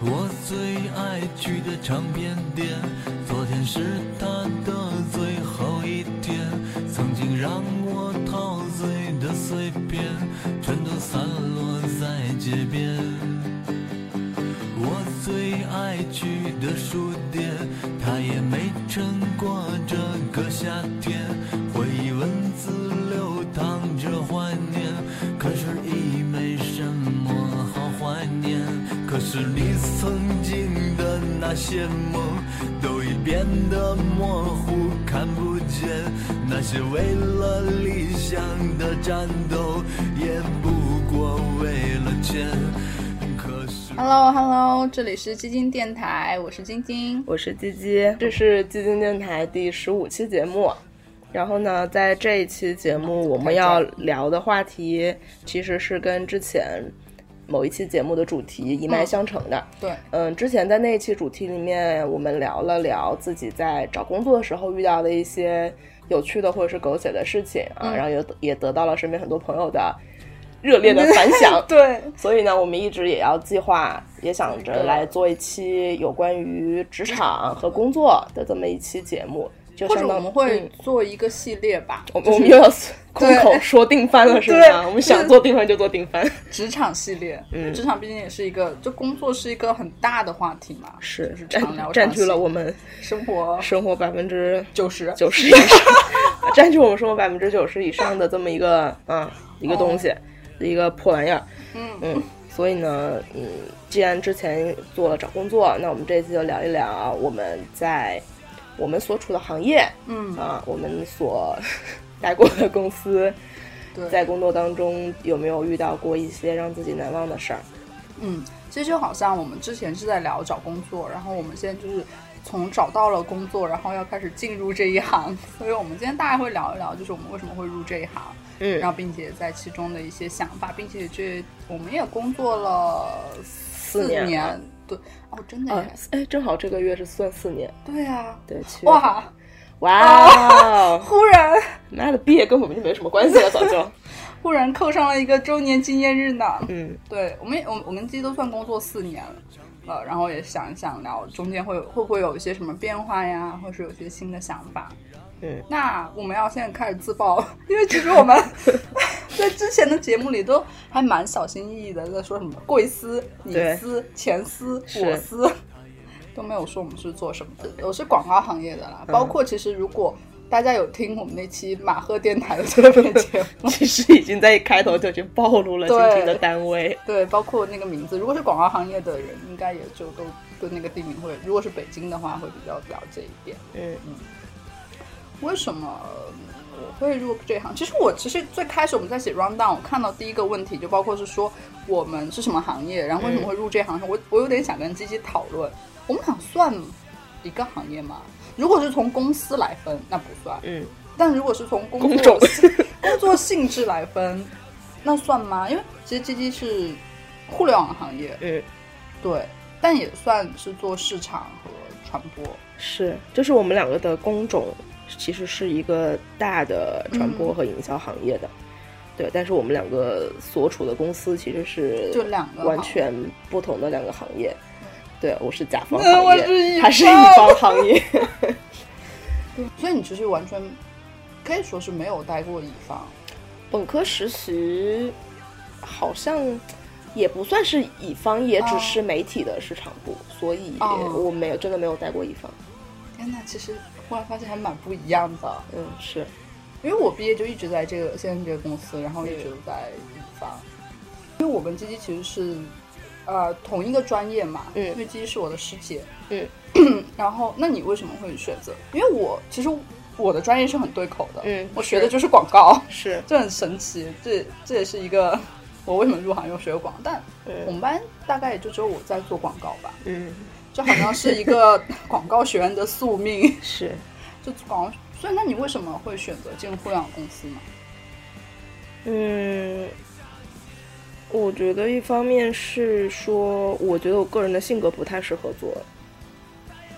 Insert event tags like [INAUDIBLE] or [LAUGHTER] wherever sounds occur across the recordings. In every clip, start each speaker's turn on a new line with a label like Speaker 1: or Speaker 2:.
Speaker 1: 我最爱去的唱片店，昨天是他的最后一天。曾经让我陶醉的碎片，全都散落在街边。我最爱去的书店，它也没撑过这个夏天。回忆文字流淌着怀念，可是已没什么好怀念。可是你曾经的那些梦，都已变得模糊，看不见。那些为了理想的战斗，也不过为了钱。可是。
Speaker 2: Hello Hello，这里是基金电台，我是晶晶。
Speaker 3: 我是鸡鸡，这是基金电台第十五期节目。然后呢，在这一期节目，我们要聊的话题其实是跟之前某一期节目的主题一脉相承的。
Speaker 2: 对，
Speaker 3: 嗯，之前在那一期主题里面，我们聊了聊自己在找工作的时候遇到的一些有趣的或者是狗血的事情啊，
Speaker 2: 嗯。
Speaker 3: 然后也也得到了身边很多朋友的热烈的反响
Speaker 2: 对，
Speaker 3: 所以呢，我们一直也要计划，也想着来做一期有关于职场和工作的这么一期节目，就
Speaker 2: 或者
Speaker 3: 相当
Speaker 2: 我们会
Speaker 3: 嗯哦
Speaker 2: 做一个系列吧，
Speaker 3: 我们我们又要空口说定番了，是
Speaker 2: 对
Speaker 3: 吗？我们想做定番就做定番，
Speaker 2: 职场系列。
Speaker 3: 嗯
Speaker 2: 职场毕竟也是一个，就工作是一个很大的话题嘛，就是
Speaker 3: 占
Speaker 2: 常聊
Speaker 3: 占
Speaker 2: 常
Speaker 3: 据了
Speaker 2: 新
Speaker 3: 我们
Speaker 2: 生活
Speaker 3: 生活百分之
Speaker 2: 九十。
Speaker 3: 九十以上， [LAUGHS] 占据我们生活百分之九十以上的这么一个啊一个东西，一个破玩意儿。
Speaker 2: 嗯，
Speaker 3: 嗯，所以呢，嗯，既然之前做了找工作，那我们这一期就聊一聊我们在我们所处的行业，
Speaker 2: 嗯
Speaker 3: 啊，我们所 [LAUGHS] 待过的公司，
Speaker 2: 对，
Speaker 3: 在工作当中有没有遇到过一些让自己难忘的事儿？
Speaker 2: 嗯，其实就好像我们之前是在聊找工作，然后我们现在就是从找到了工作，然后要开始进入这一行，所以我们今天大概会聊一聊，就是我们为什么会入这一行，
Speaker 3: 嗯
Speaker 2: 然后并且在其中的一些想法，并且这我们也工作了四
Speaker 3: 年了
Speaker 2: 对，哦，真的
Speaker 3: 啊
Speaker 2: 耶，，
Speaker 3: 哎，正好这个月是算四年，
Speaker 2: 对啊，
Speaker 3: 对，七月，
Speaker 2: 哇，
Speaker 3: 哇哦，
Speaker 2: 忽然
Speaker 3: 妈的，毕业跟我们就没什么关系了，早就，
Speaker 2: 忽然扣上了一个周年纪念日呢，
Speaker 3: 嗯，
Speaker 2: 对我们，我我跟鸡都算工作四年了，呃，然后也想想聊中间会有会不会有一些什么变化呀，或是有些新的想法。
Speaker 3: 嗯，
Speaker 2: 那我们要现在开始自曝， [LAUGHS] 因为其实
Speaker 3: [LAUGHS]
Speaker 2: 我们在之前的节目里都还蛮小心翼翼的，在说什么贵司、你
Speaker 3: 对
Speaker 2: 司、前司、
Speaker 3: 是
Speaker 2: 我司，都没有说我们是做什么的。我是广告行业的啦，
Speaker 3: 嗯
Speaker 2: 包括其实如果大家有听我们那期马赫电台的特别
Speaker 3: [LAUGHS]
Speaker 2: 节目，
Speaker 3: 其实已经在一开头就已经暴露了今
Speaker 2: 对
Speaker 3: 天的单位，
Speaker 2: 对，包括那个名字，如果是广告行业的人，应该也就都对那个地名会，如果是北京的话，会比较了解一点。
Speaker 3: 嗯
Speaker 2: 为什么我会入这行？其实我其实最开始我们在写 round down，我看到第一个问题就包括是说我们是什么行业，然后为什么会入这行，我我有点想跟鸡鸡讨论，我们想算一个行业吗？如果是从公司来分，那不算；
Speaker 3: 嗯。
Speaker 2: 但如果是从工
Speaker 3: 工
Speaker 2: 作
Speaker 3: 种
Speaker 2: 工作性质来分，那算吗？因为其实鸡鸡是互联网行业，
Speaker 3: 嗯
Speaker 2: 对，但也算是做市场和传播。，
Speaker 3: 是，就是我们两个的工种其实是一个大的传播和营销行业的，
Speaker 2: 嗯
Speaker 3: 对，但是我们两个所处的公司其实是
Speaker 2: 就两个
Speaker 3: 完
Speaker 2: 行
Speaker 3: 全不同的两个行业。对，我是甲方
Speaker 2: 嗯我
Speaker 3: 行
Speaker 2: 是乙
Speaker 3: 业，他是乙
Speaker 2: 方
Speaker 3: 方行
Speaker 2: [LAUGHS]
Speaker 3: 业。
Speaker 2: 所以你其实完全可以说是没有待过乙方，
Speaker 3: 本科实习好像也不算是乙方，也只
Speaker 2: 哦
Speaker 3: 是媒体的市场部，所以
Speaker 2: 哦
Speaker 3: 我没有真的没有待过乙方。
Speaker 2: 天呐，其实忽然发现还蛮不一样的。
Speaker 3: 嗯，是，
Speaker 2: 因为我毕业就一直在这个现在这个公司，然后一直都在乙方。因为我跟鸡鸡其实是呃同一个专业嘛，
Speaker 3: 嗯
Speaker 2: 因为鸡鸡是我的师姐，
Speaker 3: 嗯。
Speaker 2: 然后，那你为什么会选择？因为我其实我的专业是很对口的，
Speaker 3: 嗯
Speaker 2: 我学的就是广告，
Speaker 3: 是，
Speaker 2: 这很神奇。这这也是一个 [LAUGHS] 我为什么入行又学广告，但我
Speaker 3: 嗯
Speaker 2: 们班大概也就只有我在做广告吧，
Speaker 3: 嗯，
Speaker 2: 这好像是一
Speaker 3: [LAUGHS]
Speaker 2: 个广告学院的宿命。
Speaker 3: 是。
Speaker 2: 就广告，所以那你为什么会选择进入互联网公司呢？
Speaker 3: 嗯，我觉得一方面是说，我觉得我个人的性格不太适合做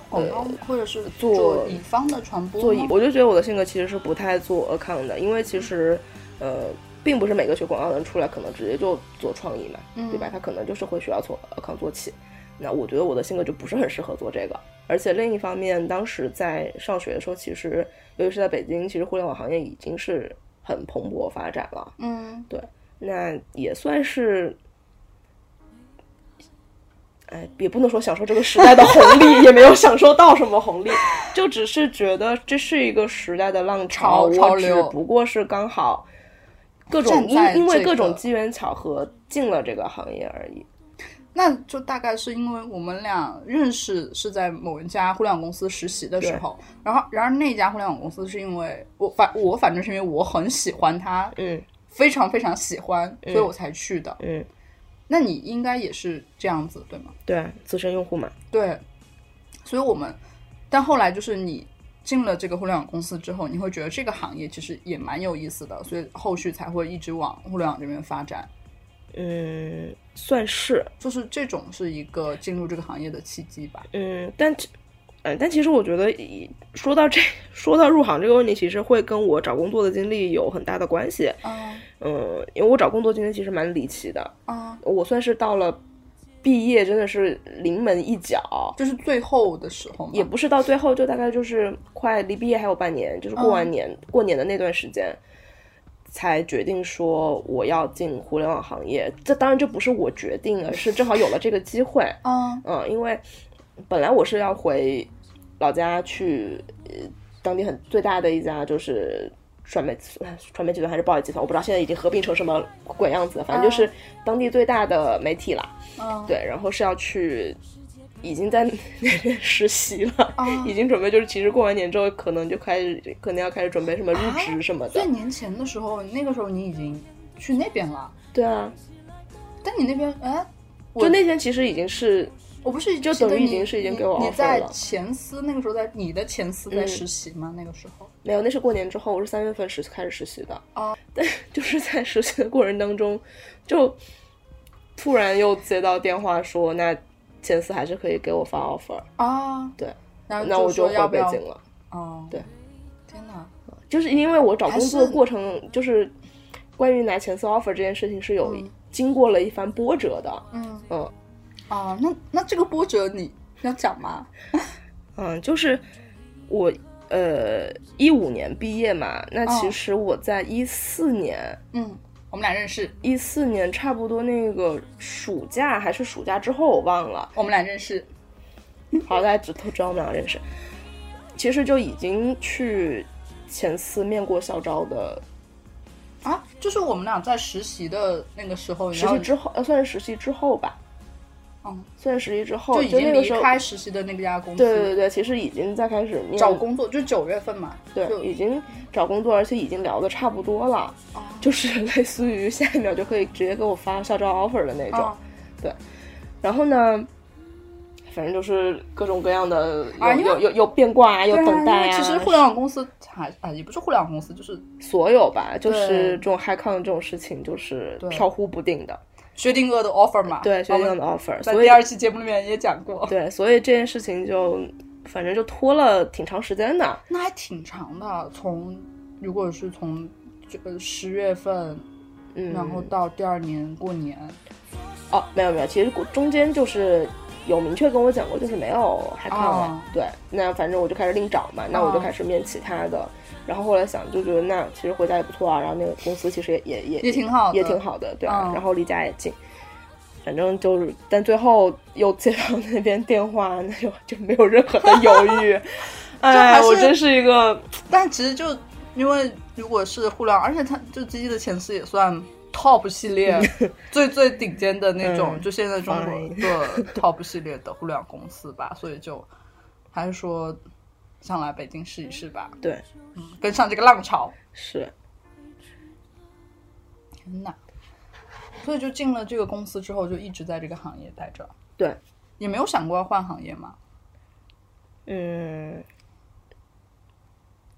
Speaker 2: 广告或者是
Speaker 3: 做
Speaker 2: 做乙方的传播吗，
Speaker 3: 做乙，我就觉得我的性格其实是不太做 account 的，因为其实呃，并不是每个学广告的人出来可能直接就做创意嘛，
Speaker 2: 嗯
Speaker 3: 对吧？他可能就是会需要从 account 做起。那我觉得我的性格就不是很适合做这个。而且另一方面，当时在上学的时候，其实尤其是在北京，其实互联网行业已经是很蓬勃发展了。
Speaker 2: 嗯，
Speaker 3: 那也算是，哎，也不能说享受这个时代的红利， [LAUGHS] 也没有享受到什么红利，就只是觉得这是一个时代的浪潮，
Speaker 2: 潮潮
Speaker 3: 我只
Speaker 2: 流
Speaker 3: 不过是刚好各种
Speaker 2: 站
Speaker 3: 因
Speaker 2: 在
Speaker 3: 因为
Speaker 2: 这
Speaker 3: 各种
Speaker 2: 个
Speaker 3: 机缘巧合进了这个行业而已。
Speaker 2: 那就大概是因为我们俩认识是在某一家互联网公司实习的时候，然后然而那家互联网公司是因为我反我反正是因为我很喜欢它，
Speaker 3: 嗯
Speaker 2: 非常非常喜欢，所以我才去的。
Speaker 3: 嗯，
Speaker 2: 那你应该也是这样子对吗？
Speaker 3: 对，啊资深用户嘛，
Speaker 2: 对，所以我们，但后来就是你进了这个互联网公司之后，你会觉得这个行业其实也蛮有意思的，所以后续才会一直往互联网这边发展。
Speaker 3: 嗯，算是
Speaker 2: 就是这种是一个进入这个行业的契机吧。
Speaker 3: 嗯，但其，嗯，但其实我觉得以，说到这， [LAUGHS] 说到入行这个问题，其实会跟我找工作的经历有很大的关系。
Speaker 2: 嗯
Speaker 3: 嗯，因为我找工作经历其实蛮离奇的，
Speaker 2: 嗯，
Speaker 3: 我算是到了毕业，真的是临门一脚。
Speaker 2: 就是最后的时候嘛
Speaker 3: 也不是到最后，就大概就是快离毕业还有半年，就是过完年、过年的那段时间，才决定说我要进互联网行业。这当然这不是我决定的，是正好有了这个机会。
Speaker 2: 嗯
Speaker 3: 嗯，因为本来我是要回老家去，呃，当地很最大的一家就是传媒哎传媒集团还是报业集团，我不知道现在已经合并成什么鬼样子了，反正就是当地最大的媒体啦。
Speaker 2: 嗯，
Speaker 3: 对，然后是要去，已经在那边实习了，
Speaker 2: 啊
Speaker 3: 已经准备就是其实过完年之后可能就开始可能要开始准备什么入职什么的。
Speaker 2: 在年前的时候，那个时候你已经去那边了，
Speaker 3: 对啊，
Speaker 2: 但你那边哎。我
Speaker 3: 就那天其实已经是
Speaker 2: 我不是
Speaker 3: 就
Speaker 2: 记得
Speaker 3: 等于已
Speaker 2: 你
Speaker 3: 经是已经给我
Speaker 2: 你
Speaker 3: offer
Speaker 2: 你在
Speaker 3: 了
Speaker 2: 前司那个时候在你的前司在
Speaker 3: 嗯
Speaker 2: 实习吗？那个时候
Speaker 3: 没有，那是过年之后，我是三月份实开始实习的。 [LAUGHS]
Speaker 2: 哦，
Speaker 3: 但就是在实习的过程当中，就突然又接到电话说，那前司还是可以给我发 offer，
Speaker 2: 啊，
Speaker 3: 对，
Speaker 2: 然后
Speaker 3: 那我
Speaker 2: 说
Speaker 3: 回
Speaker 2: 要不
Speaker 3: 北
Speaker 2: 要
Speaker 3: 京了。
Speaker 2: 哦，
Speaker 3: 对，
Speaker 2: 天哪，
Speaker 3: 就是因为我找工
Speaker 2: 还
Speaker 3: 作
Speaker 2: 是
Speaker 3: 过程，就是关于拿前司 offer 这件事情是有
Speaker 2: 嗯
Speaker 3: 经过了一番波折的。
Speaker 2: 嗯
Speaker 3: 嗯
Speaker 2: 啊，那那这个波折你要讲吗？
Speaker 3: 嗯，就是我呃一五年毕业嘛，那其
Speaker 2: 哦
Speaker 3: 实我在一四年。
Speaker 2: 嗯，我们俩认识，
Speaker 3: 一四年差不多那个暑假还是暑假之后，我忘了。
Speaker 2: 我们俩认识，
Speaker 3: 好，大家只都知道我们俩认识。其实就已经去前司面过校招的，
Speaker 2: 啊，就是我们俩在实习的那个时候，
Speaker 3: 实习之后，呃，算是实习之后吧，
Speaker 2: 后，嗯，
Speaker 3: 算是实习之后，
Speaker 2: 就
Speaker 3: 就
Speaker 2: 已经
Speaker 3: 那个
Speaker 2: 离
Speaker 3: 时候，
Speaker 2: 开嗯实习的那个家公司，
Speaker 3: 对对对，其实已经在开始面
Speaker 2: 找工作，就九月份嘛，
Speaker 3: 对，
Speaker 2: 就
Speaker 3: 已经找工作，而且已经聊的差不多了，
Speaker 2: 哦
Speaker 3: 就是 [LAUGHS] 类似于下一秒就可以直接给我发校招 offer 的那种。
Speaker 2: 啊
Speaker 3: 然后呢，反正就是各种各样的有、
Speaker 2: 啊因为
Speaker 3: 有有有变卦啊，有
Speaker 2: 对啊
Speaker 3: 等待
Speaker 2: 因为
Speaker 3: 啊，
Speaker 2: 其实互联网公司还啊，也不是互联网公司，就是
Speaker 3: 所有吧，就是
Speaker 2: 对
Speaker 3: 这种 high con 这种事情，就是
Speaker 2: 对
Speaker 3: 飘忽不定的。
Speaker 2: 薛定谔的 offer 嘛，
Speaker 3: 对，学
Speaker 2: 我们
Speaker 3: 定的 offer，
Speaker 2: 在
Speaker 3: 所以
Speaker 2: 第二期节目里面也讲过，
Speaker 3: 对，所以这件事情就反正就拖了挺长时间的。
Speaker 2: 那还挺长的，啊从如果是从这个十月份，
Speaker 3: 嗯，
Speaker 2: 然后到第二年过年，
Speaker 3: 哦，没有没有，其实中间就是有明确跟我讲过，就是没有 high con 了。
Speaker 2: 哦
Speaker 3: 对，那反正我就开始另找嘛，那我就
Speaker 2: 哦
Speaker 3: 开始面其他的。然后后来想，就觉得那其实回家也不错啊，然后那个公司其实也也也
Speaker 2: 也挺好的
Speaker 3: 也挺好的，对啊。
Speaker 2: 嗯
Speaker 3: 然后离家也近，反正就是，但最后又接到那边电话，那就就没有任何的犹
Speaker 2: [LAUGHS]
Speaker 3: 豫。哎，
Speaker 2: 还是
Speaker 3: 我真是一个
Speaker 2: 但其实就因为如果是互联网，而且它就机器的前司也算 top 系列 [LAUGHS] 最最顶尖的那种，
Speaker 3: 嗯
Speaker 2: 就现在中国的 top 系列的互联网公司吧，所以就还是说想来北京试一试吧，嗯
Speaker 3: 对，
Speaker 2: 跟上这个浪潮。
Speaker 3: 是
Speaker 2: 天呐！所以就进了这个公司之后，就一直在这个行业待着，
Speaker 3: 对，
Speaker 2: 也没有想过要换行业嘛。
Speaker 3: 嗯，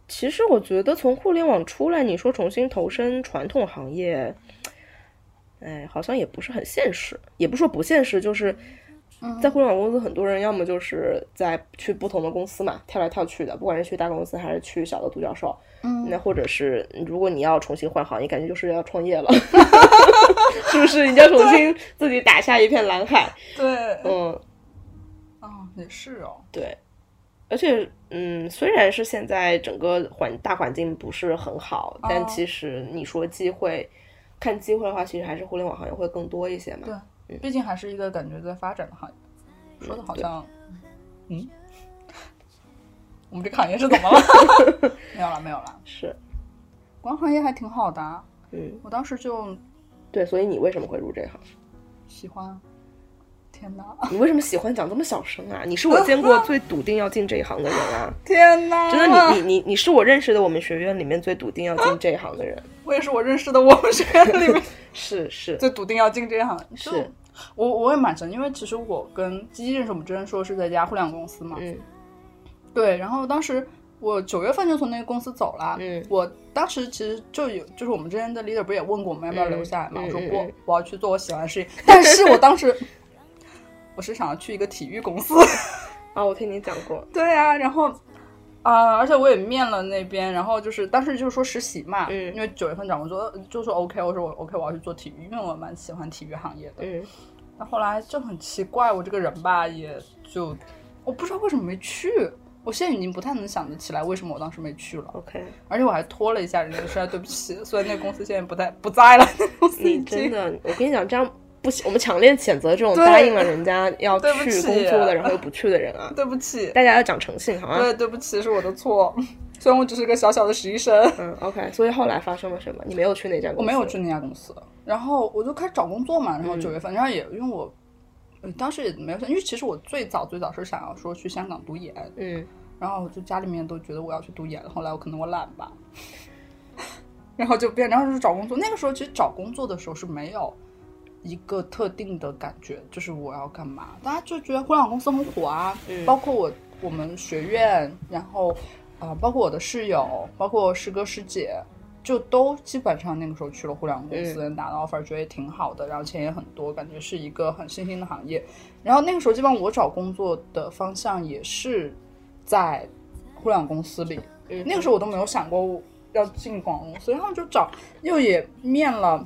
Speaker 3: 其实我觉得从互联网出来，你说重新投身传统行业，哎，好像也不是很现实，也不是说不现实，就是在互联网公司，很多人要么就是在去不同的公司嘛，跳来跳去的，不管是去大公司还是去小的独角兽，
Speaker 2: 嗯
Speaker 3: 那或者是如果你要重新换行业，感觉就是要创业了 [LAUGHS] ，是不是？你要重新自己打下一片蓝海，
Speaker 2: 对，
Speaker 3: 嗯，
Speaker 2: 也是哦，
Speaker 3: 对，而且嗯，虽然是现在整个环大环境不是很好，但
Speaker 2: 哦
Speaker 3: 其实你说机会，看机会的话，其实还是互联网行业会更多一些嘛。
Speaker 2: 对，毕竟还是一个感觉在发展的行业。说的好像，嗯，我们这个行业是怎么了？
Speaker 3: [LAUGHS]
Speaker 2: 没有了，没有了。
Speaker 3: 是，
Speaker 2: 广告行业还挺好的啊，
Speaker 3: 嗯，
Speaker 2: 我当时就
Speaker 3: 对，所以你为什么会入这行？
Speaker 2: 喜欢。天
Speaker 3: [LAUGHS]
Speaker 2: 哪！
Speaker 3: 你为什么喜欢讲这么小声啊？你是我
Speaker 2: [LAUGHS]
Speaker 3: 见过最笃定要进这一行的人啊！
Speaker 2: 天哪！
Speaker 3: 真的，你你你你是我认识的我们学院里面最笃定要进这一行的人。 [LAUGHS]
Speaker 2: 我也是我认识的我们学院里面
Speaker 3: 是是，
Speaker 2: 最笃定要进这一行。就是我我也蛮神，因为其实我跟基基认识，我们之前说是在一家互联网公司嘛。
Speaker 3: 嗯
Speaker 2: 对，然后当时我九月份就从那个公司走了。
Speaker 3: 嗯
Speaker 2: 我当时其实就有，就是我们之前的 leader 不是也问过我们要不要留下来嘛？
Speaker 3: 嗯嗯
Speaker 2: 我说
Speaker 3: 嗯
Speaker 2: 不
Speaker 3: 嗯，
Speaker 2: 我要去做我喜欢的事情。但是我当
Speaker 3: [LAUGHS]
Speaker 2: 时我是想要去一个体育公司。
Speaker 3: 啊，我听你讲过，
Speaker 2: 对啊，然后啊、而且我也面了那边，然后就是当时就是说实习嘛，
Speaker 3: 嗯
Speaker 2: 因为九月份找工作就说 OK，我说我 OK，我要去做体育，因为我蛮喜欢体育行业的。
Speaker 3: 嗯，
Speaker 2: 但后来就很奇怪，我这个人吧，也就我不知道为什么没去。我现在已经不太能想得起来为什么我当时没去了，
Speaker 3: OK，
Speaker 2: 而且我还拖了一下人家，实在对不起。 [LAUGHS] 虽然那个公司现在不在不在了， [LAUGHS] 那个公司已
Speaker 3: 你嗯真
Speaker 2: 经
Speaker 3: 的，我跟你讲，这样不行，我们强烈谴责这种
Speaker 2: 对
Speaker 3: 答应了人家要去
Speaker 2: 对不起
Speaker 3: 工作的，然后又不去的人啊！
Speaker 2: 对不起，
Speaker 3: 大家要讲诚信，好吗
Speaker 2: 对？对不起是我的错。 [LAUGHS] 虽然我只是个小小的实习生，
Speaker 3: 嗯，OK。所以后来发生了什么？你没有去那家公司？
Speaker 2: 我没有去。那家公司，然后我就开始找工作嘛，然后九月份，然后也因为我呃当时也没有想，因为其实我最早最早是想要说去香港读研，
Speaker 3: 嗯，
Speaker 2: 然后我就家里面都觉得我要去读研，后来我可能我懒吧， [LAUGHS] 然后就变，然后就是找工作。那个时候其实找工作的时候是没有一个特定的感觉，就是我要干嘛，大家就觉得互联网公司很火啊，
Speaker 3: 嗯
Speaker 2: 包括我我们学院，然后啊、呃包括我的室友，包括我师哥师姐。就都基本上那个时候去了互联网公司，拿到 offer 觉得也挺好的，然后钱也很多，感觉是一个很新兴的行业。然后那个时候，基本上我找工作的方向也是在互联网公司里。
Speaker 3: 嗯
Speaker 2: 那个时候我都没有想过要进广告公司，然后就找，又也面了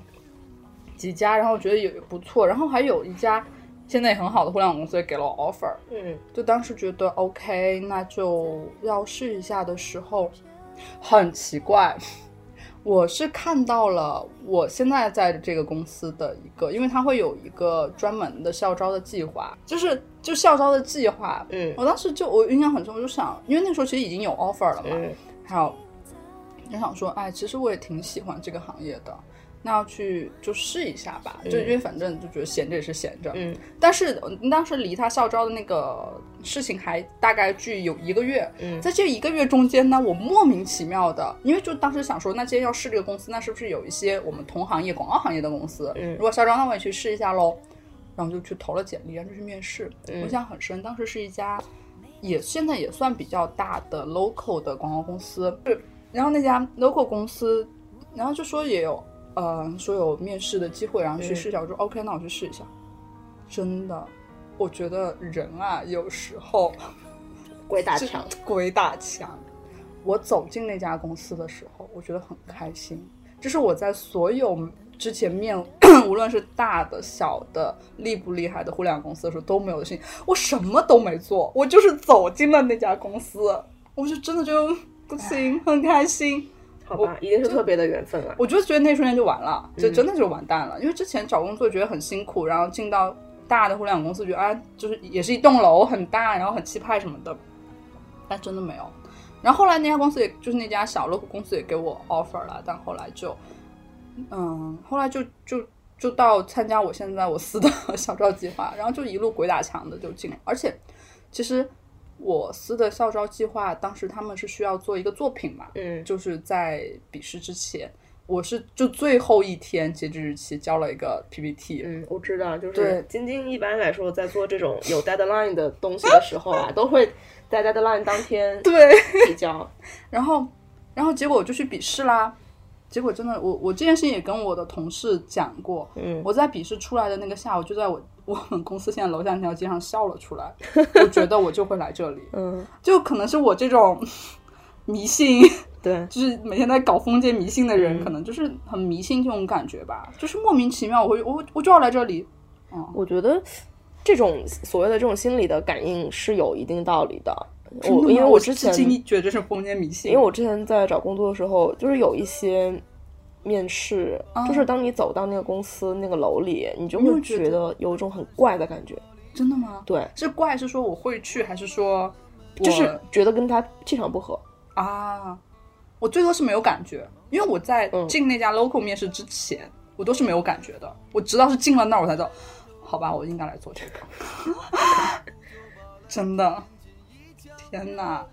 Speaker 2: 几家，然后觉得也不错，然后还有一家现在也很好的互联网公司也给了我 offer，
Speaker 3: 嗯
Speaker 2: 就当时觉得 OK，那就要试一下的时候，很奇怪， [LAUGHS] 我是看到了我现在在这个公司的一个，因为它会有一个专门的校招的计划，就是就校招的计划。
Speaker 3: 嗯
Speaker 2: 我当时就我印象很深，我就想，因为那时候其实已经有 offer 了嘛，
Speaker 3: 嗯
Speaker 2: 还有就想说，哎，其实我也挺喜欢这个行业的，那要去就试一下吧，就因为反正就觉得闲着也是闲着，
Speaker 3: 嗯
Speaker 2: 但是呃当时离他校招的那个事情还大概距有一个月，
Speaker 3: 嗯
Speaker 2: 在这一个月中间呢，我莫名其妙的，因为就当时想说，那既然要试这个公司，那是不是有一些我们同行业、广告行业的公司，
Speaker 3: 嗯
Speaker 2: 如果校招，那我也去试一下喽。然后就去投了简历，然后就去面试。
Speaker 3: 嗯
Speaker 2: 我印象很深，当时是一家也现在也算比较大的 local 的广告公司，对然后那家 local 公司，然后就说也有，呃，说有面试的机会，然后去
Speaker 3: 嗯
Speaker 2: 试一下。我说 OK，那我去试一下。真的，我觉得人啊，有时候 [LAUGHS]
Speaker 3: 鬼打
Speaker 2: 是
Speaker 3: 墙。
Speaker 2: 鬼打墙。我走进那家公司的时候，我觉得很开心。这是我在所有之前面， [COUGHS] 无论是大的、小的、厉不厉害的互联网公司的时候都没有的事情。我什么都没做，我就是走进了那家公司，我就真的就 [LAUGHS] 不行，很开心。
Speaker 3: 好吧，一定是特别的缘分了。
Speaker 2: 我就觉得那瞬间就完了，就真的就完蛋了。因为之前找工作觉得很辛苦，然后进到大的互联网公司，觉得啊，就是也是一栋楼很大，然后很气派什么的，但真的没有。然后后来那家公司也就是那家小 local 公司也给我 offer 了，但后来就，嗯，后来就就就到参加我现在我司的校招计划，然后就一路鬼打墙的就进了，而且其实我司的校招计划当时他们是需要做一个作品嘛，
Speaker 3: 嗯
Speaker 2: 就是在笔试之前，我是就最后一天截止日期交了一个 PPT，、
Speaker 3: 嗯，我知道，就
Speaker 2: 对
Speaker 3: 是晶晶一般来说在做这种有 deadline 的东西的时候啊，都会在 deadline 当天
Speaker 2: [LAUGHS] 对，
Speaker 3: 提交。
Speaker 2: 然后然后结果我就去笔试啦，结果真的我我这件事情也跟我的同事讲过，
Speaker 3: 嗯
Speaker 2: 我在笔试出来的那个下午就在我我们公司现在楼下那条街上笑了出来，我觉得我就会来这里，
Speaker 3: [LAUGHS] 嗯，
Speaker 2: 就可能是我这种迷信。
Speaker 3: 对，
Speaker 2: 就是每天在搞封建迷信的人，
Speaker 3: 嗯
Speaker 2: 可能就是很迷信这种感觉吧，就是莫名其妙，我会我我就要来这里，
Speaker 3: 我觉得这种所谓的这种心理的感应是有一定道理的。
Speaker 2: 真的
Speaker 3: 我
Speaker 2: 吗
Speaker 3: 因为
Speaker 2: 我
Speaker 3: 之
Speaker 2: 至
Speaker 3: 前
Speaker 2: 今觉得这是封建迷信，
Speaker 3: 因为我之前在找工作的时候，就是有一些面试，
Speaker 2: 啊
Speaker 3: 就是当你走到那个公司那个楼里，你就
Speaker 2: 你
Speaker 3: 会
Speaker 2: 会觉
Speaker 3: 觉得有一种很怪的感觉，
Speaker 2: 真的吗？
Speaker 3: 对，
Speaker 2: 这怪是说我会去，还是说我
Speaker 3: 就是觉得跟他气场不合。
Speaker 2: 啊？我最多是没有感觉，因为我在
Speaker 3: 嗯
Speaker 2: 进那家 local 面试之前，我都是没有感觉的。我直到是进了那儿，我才知道，好吧，我应该来做这个。 [LAUGHS] 真的，天哪！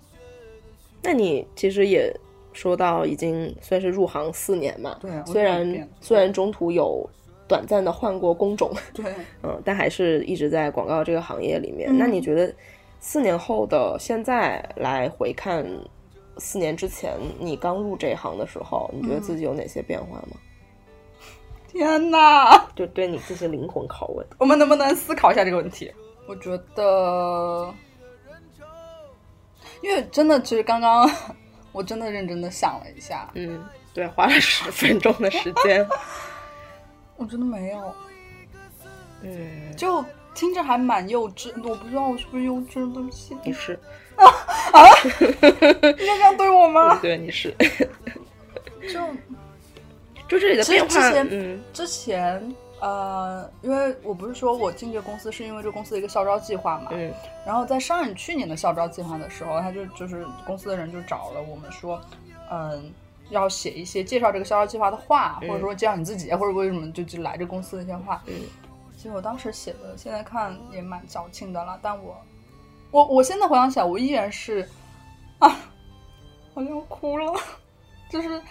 Speaker 3: 那你其实也说到已经算是入行四年嘛，
Speaker 2: 对我
Speaker 3: 虽
Speaker 2: 转变
Speaker 3: 然
Speaker 2: 了
Speaker 3: 虽然中途有短暂的换过工种，
Speaker 2: 对，
Speaker 3: 嗯，但还是一直在广告这个行业里面。
Speaker 2: 嗯
Speaker 3: 那你觉得四年后的现在来回看四年之前你刚入这一行的时候，你觉得自己有哪些变化吗？
Speaker 2: 天哪！
Speaker 3: 就对你进行灵魂拷问。
Speaker 2: [LAUGHS] 我们能不能思考一下这个问题？我觉得，因为真的，其实刚刚 [LAUGHS] 我真的认真的想了一下，
Speaker 3: 嗯，对，花了十分钟的时间。 [LAUGHS]
Speaker 2: 我真的没有，
Speaker 3: 嗯，
Speaker 2: 就听着还蛮幼稚，我不知道我是不是幼稚，对不起，
Speaker 3: 你是，
Speaker 2: 你要这样对我吗？
Speaker 3: 对，你是，
Speaker 2: [LAUGHS]
Speaker 3: [LAUGHS]
Speaker 2: 就
Speaker 3: 就是你的
Speaker 2: 其实
Speaker 3: 变化
Speaker 2: 之前，
Speaker 3: 嗯
Speaker 2: 之前。呃，因为我不是说我进这个公司是因为这个公司的一个校招计划嘛，
Speaker 3: 嗯
Speaker 2: 然后在上一去年的校招计划的时候，他就就是公司的人就找了我们说，嗯，要写一些介绍这个校招计划的话，
Speaker 3: 嗯
Speaker 2: 或者说介绍你自己，或者为什么就就来这公司的一些话。
Speaker 3: 嗯
Speaker 2: 其实我当时写的，现在看也蛮矫情的了，但我我我现在回想起来，我依然是啊，好像哭了， [LAUGHS] 就是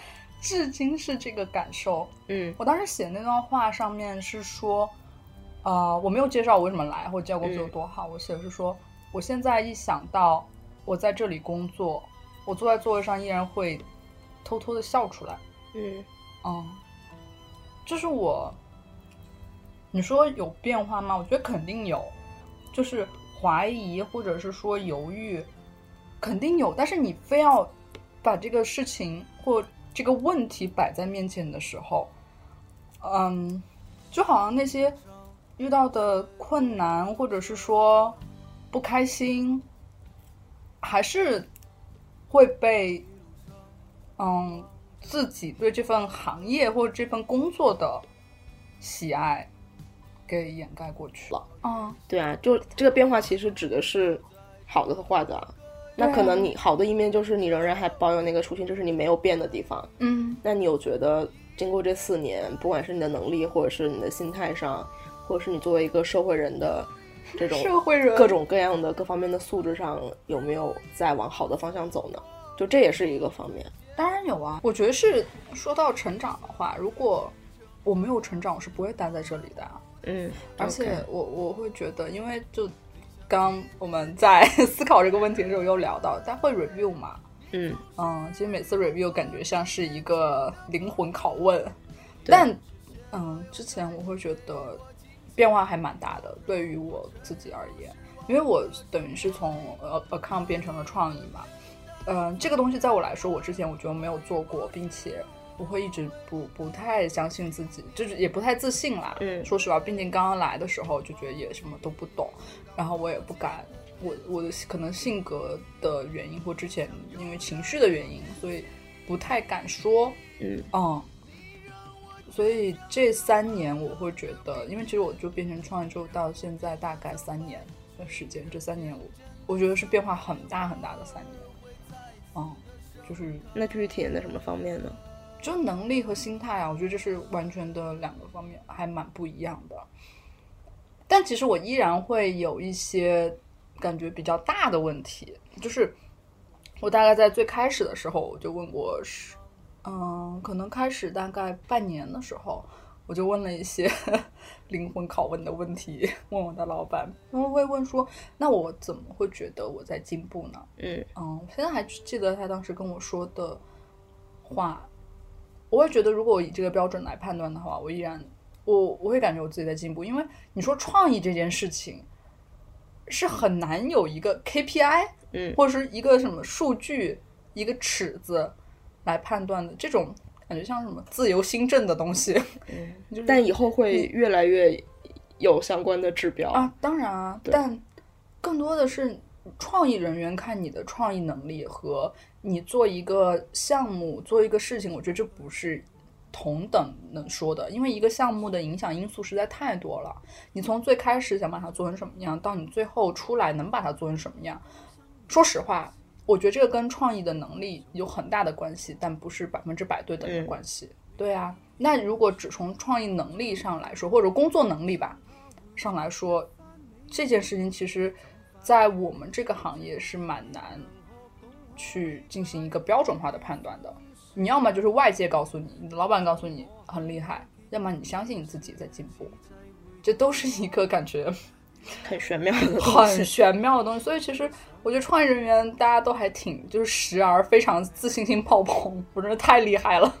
Speaker 2: 至今是这个感受。
Speaker 3: 嗯
Speaker 2: 我当时写那段话上面是说，呃，我没有介绍我为什么来或者这家公司有多好，我写的是说，我现在一想到我在这里工作，我坐在座位上依然会偷偷的笑出来。
Speaker 3: 嗯
Speaker 2: 嗯，就是我，你说有变化吗？我觉得肯定有，就是怀疑或者是说犹豫，肯定有。但是你非要把这个事情或这个问题摆在面前的时候，嗯，就好像那些遇到的困难或者是说不开心，还是会被嗯自己对这份行业或者这份工作的喜爱给掩盖过去了。嗯，
Speaker 3: 对啊，就这个变化其实指的是好的和坏的啊。那
Speaker 2: 对啊
Speaker 3: 可能你好的一面就是你仍然还保有那个初心，这是你没有变的地方。
Speaker 2: 嗯，
Speaker 3: 那你有觉得经过这四年，不管是你的能力，或者是你的心态上，或者是你作为一个社会人 [LAUGHS] 的这种
Speaker 2: 社会人
Speaker 3: 各种各样的各方面的素质上，有没有在往好的方向走呢？就这也是一个方面。
Speaker 2: 当然有啊。我觉得是说到成长的话，如果我没有成长，我是不会待在这里的啊、
Speaker 3: 嗯，
Speaker 2: 而且我我会觉得，因为就刚我们在思考这个问题的时候又聊到，他会 review 嘛，
Speaker 3: 嗯，
Speaker 2: 嗯，其实每次 review 感觉像是一个灵魂拷问，
Speaker 3: 对
Speaker 2: 但嗯，之前我会觉得变化还蛮大的，对于我自己而言，因为我等于是从呃 account 变成了创意嘛，嗯，这个东西在我来说，我之前我觉得没有做过，并且我会一直不不太相信自己，就是也不太自信啦。
Speaker 3: 嗯
Speaker 2: 说实话，毕竟刚刚来的时候就觉得也什么都不懂，然后我也不敢，我我的可能性格的原因或之前因为情绪的原因，所以不太敢说。
Speaker 3: 嗯
Speaker 2: 所以这三年我会觉得，因为其实我就变成创业之后到现在大概三年的时间，这三年我我觉得是变化很大很大的三年。嗯，就是
Speaker 3: 那具体在什么方面呢？
Speaker 2: 就能力和心态啊，我觉得这是完全的两个方面，还蛮不一样的。但其实我依然会有一些感觉比较大的问题，就是我大概在最开始的时候，我就问过是，嗯，可能开始大概半年的时候，我就问了一些 [LAUGHS] 灵魂拷问的问题，问我的老板，然后会问说，那我怎么会觉得我在进步呢？
Speaker 3: 嗯
Speaker 2: 嗯，我现在还记得他当时跟我说的话，我会觉得如果我以这个标准来判断的话，我依然我我会感觉我自己在进步，因为你说创意这件事情是很难有一个 KPI，
Speaker 3: 嗯
Speaker 2: 或者是一个什么数据、一个尺子来判断的，这种
Speaker 3: 嗯
Speaker 2: [LAUGHS] 感觉像什么自由新政的东西，
Speaker 3: 但以后会越来越有相关的指标。
Speaker 2: 啊，当然啊，
Speaker 3: 对
Speaker 2: 但更多的是创意人员看你的创意能力和你做一个项目、做一个事情，我觉得这不是同等能说的，因为一个项目的影响因素实在太多了。你从最开始想把它做成什么样，到你最后出来能把它做成什么样，说实话。我觉得这个跟创意的能力有很大的关系，但不是百分之百对等的
Speaker 3: 嗯
Speaker 2: 关系。对啊，那如果只从创意能力上来说，或者工作能力吧上来说，这件事情其实，在我们这个行业是蛮难去进行一个标准化的判断的。你要么就是外界告诉你，你的老板告诉你很厉害，要么你相信你自己在进步，这都是一个感觉
Speaker 3: 很玄妙 [LAUGHS] 的东
Speaker 2: 很
Speaker 3: 西。
Speaker 2: 玄妙的东西。所以其实我觉得创业人员大家都还挺就是时而非常自信心爆棚，我真的太厉害了，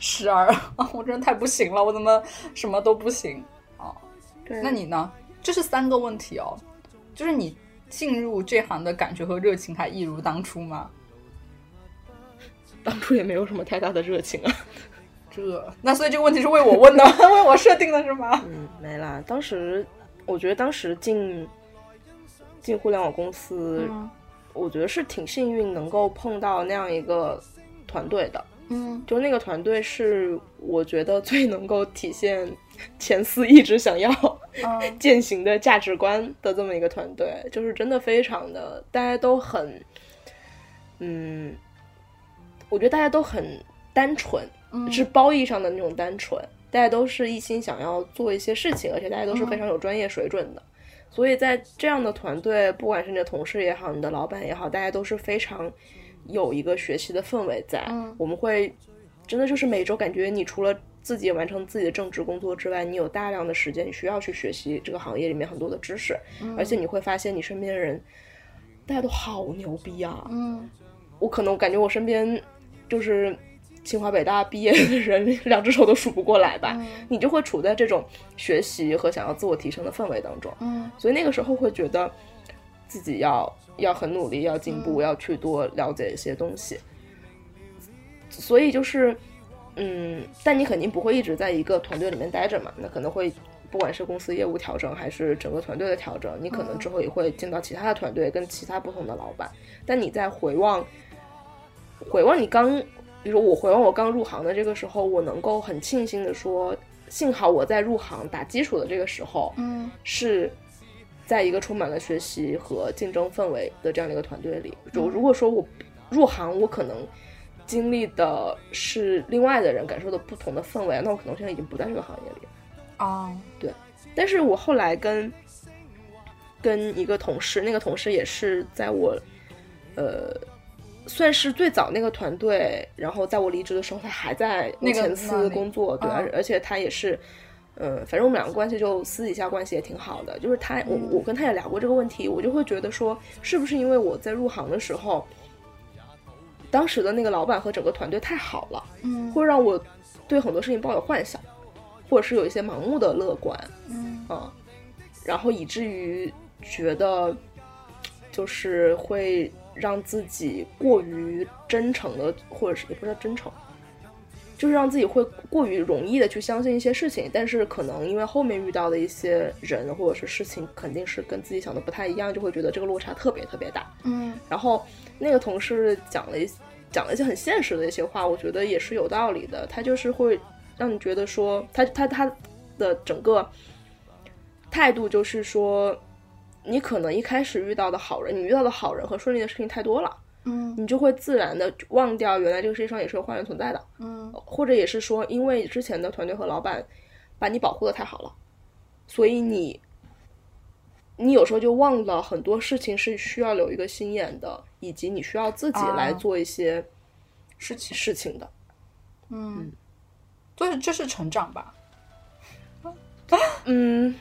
Speaker 2: 时而 [LAUGHS] 我真的太不行了，我怎么什么都不行。
Speaker 3: 对
Speaker 2: 那你呢？这是三个问题哦，就是你进入这行的感觉和热情还一如当初吗？
Speaker 3: 当初也没有什么太大的热情啊。
Speaker 2: 这，那所以这个问题是为我问的， [LAUGHS] 为我设定的是吗？
Speaker 3: 嗯，没啦。当时我觉得当时进进互联网公司，我觉得是挺幸运能够碰到那样一个团队的。
Speaker 2: 嗯
Speaker 3: 就那个团队是我觉得最能够体现前司一直想要
Speaker 2: 嗯
Speaker 3: 践行的价值观的这么一个团队，就是真的非常的，大家都很，嗯，我觉得大家都很单纯，
Speaker 2: 嗯
Speaker 3: [LAUGHS] 是褒义上的那种单纯，大家都是一心想要做一些事情，而且大家都
Speaker 2: 嗯
Speaker 3: 是非常有专业水准的。所以在这样的团队，不管是你的同事也好，你的老板也好，大家都是非常有一个学习的氛围在。
Speaker 2: 嗯
Speaker 3: 我们会真的就是每周感觉你除了自己完成自己的正职工作之外，你有大量的时间，你需要去学习这个行业里面很多的知识，
Speaker 2: 嗯
Speaker 3: 而且你会发现你身边的人，大家都好牛逼啊！
Speaker 2: 嗯
Speaker 3: 我可能感觉我身边就是清华北大毕业的人， [LAUGHS] 两只手都数不过来吧。你就会处在这种学习和想要自我提升的氛围当中，
Speaker 2: 嗯
Speaker 3: 所以那个时候会觉得自己要要很努力，要进步，要去多了解一些东西。所以就是，嗯，但你肯定不会一直在一个团队里面待着嘛，那可能会。不管是公司业务调整，还是整个团队的调整，你可能之后也会进到其他的团队，跟其他不同的老板。但你在回望回望你刚，比如说我回望我刚入行的这个时候，我能够很庆幸的说，幸好我在入行打基础的这个时候，
Speaker 2: 嗯
Speaker 3: 是在一个充满了学习和竞争氛围的这样的一个团队里。如如果说我入行，我可能经历的是另外的人感受的不同的氛围，那我可能现在已经不在这个行业里了。
Speaker 2: 啊
Speaker 3: 但是我后来跟跟一个同事，那个同事也是在我呃算是最早那个团队，然后在我离职的时候，他还在我
Speaker 2: 那个
Speaker 3: 前
Speaker 2: 那
Speaker 3: 司
Speaker 2: 里
Speaker 3: 工作，对，
Speaker 2: 啊
Speaker 3: 而而且他也是。嗯，反正我们两个关系就私底下关系也挺好的，就是他，
Speaker 2: 嗯
Speaker 3: 我我跟他也聊过这个问题，我就会觉得说，是不是因为我在入行的时候，当时的那个老板和整个团队太好了，
Speaker 2: 嗯
Speaker 3: 会让我对很多事情抱有幻想，或者是有一些盲目的乐观，
Speaker 2: 嗯
Speaker 3: 嗯，然后以至于觉得就是会让自己过于真诚的，或者是也不是真诚，就是让自己会过于容易的去相信一些事情，但是可能因为后面遇到的一些人或者是事情，肯定是跟自己想的不太一样，就会觉得这个落差特别特别大。
Speaker 2: 嗯
Speaker 3: 然后那个同事讲了一讲了一些很现实的一些话，我觉得也是有道理的。他就是会让你觉得说，他他他的整个态度就是说，你可能一开始遇到的好人，你遇到的好人和顺利的事情太多了，
Speaker 2: 嗯
Speaker 3: 你就会自然的忘掉原来这个世界上也是有坏人存在的，
Speaker 2: 嗯
Speaker 3: 或者也是说，因为之前的团队和老板把你保护的太好了，所以你。你有时候就忘了很多事情是需要留一个心眼的，以及你需要自己来
Speaker 2: 啊
Speaker 3: 做一些
Speaker 2: 事情
Speaker 3: 事情的。
Speaker 2: 嗯，就是这是成长吧，
Speaker 3: 嗯，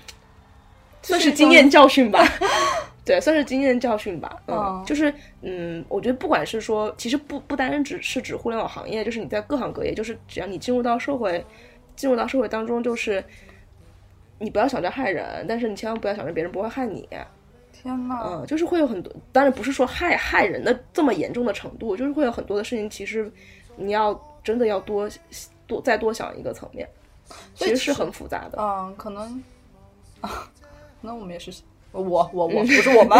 Speaker 3: 算
Speaker 2: 是
Speaker 3: 是
Speaker 2: 一
Speaker 3: 经
Speaker 2: 种
Speaker 3: 验教训吧。 [LAUGHS] 对，算是经验教训吧。嗯，
Speaker 2: 哦
Speaker 3: 就是嗯，我觉得不管是说，其实不不单单只是指互联网行业，就是你在各行各业，就是只要你进入到社会，进入到社会当中，就是你不要想着害人，但是你千万不要想着别人不会害你。
Speaker 2: 天哪，
Speaker 3: 嗯，就是会有很多，当然不是说害害人的这么严重的程度，就是会有很多的事情，其实你要真的要多多再多想一个层面，其
Speaker 2: 以其
Speaker 3: 实哦是
Speaker 2: 实
Speaker 3: 很复杂的。
Speaker 2: 嗯，可能 [LAUGHS] 那我们也是我我我不是我们，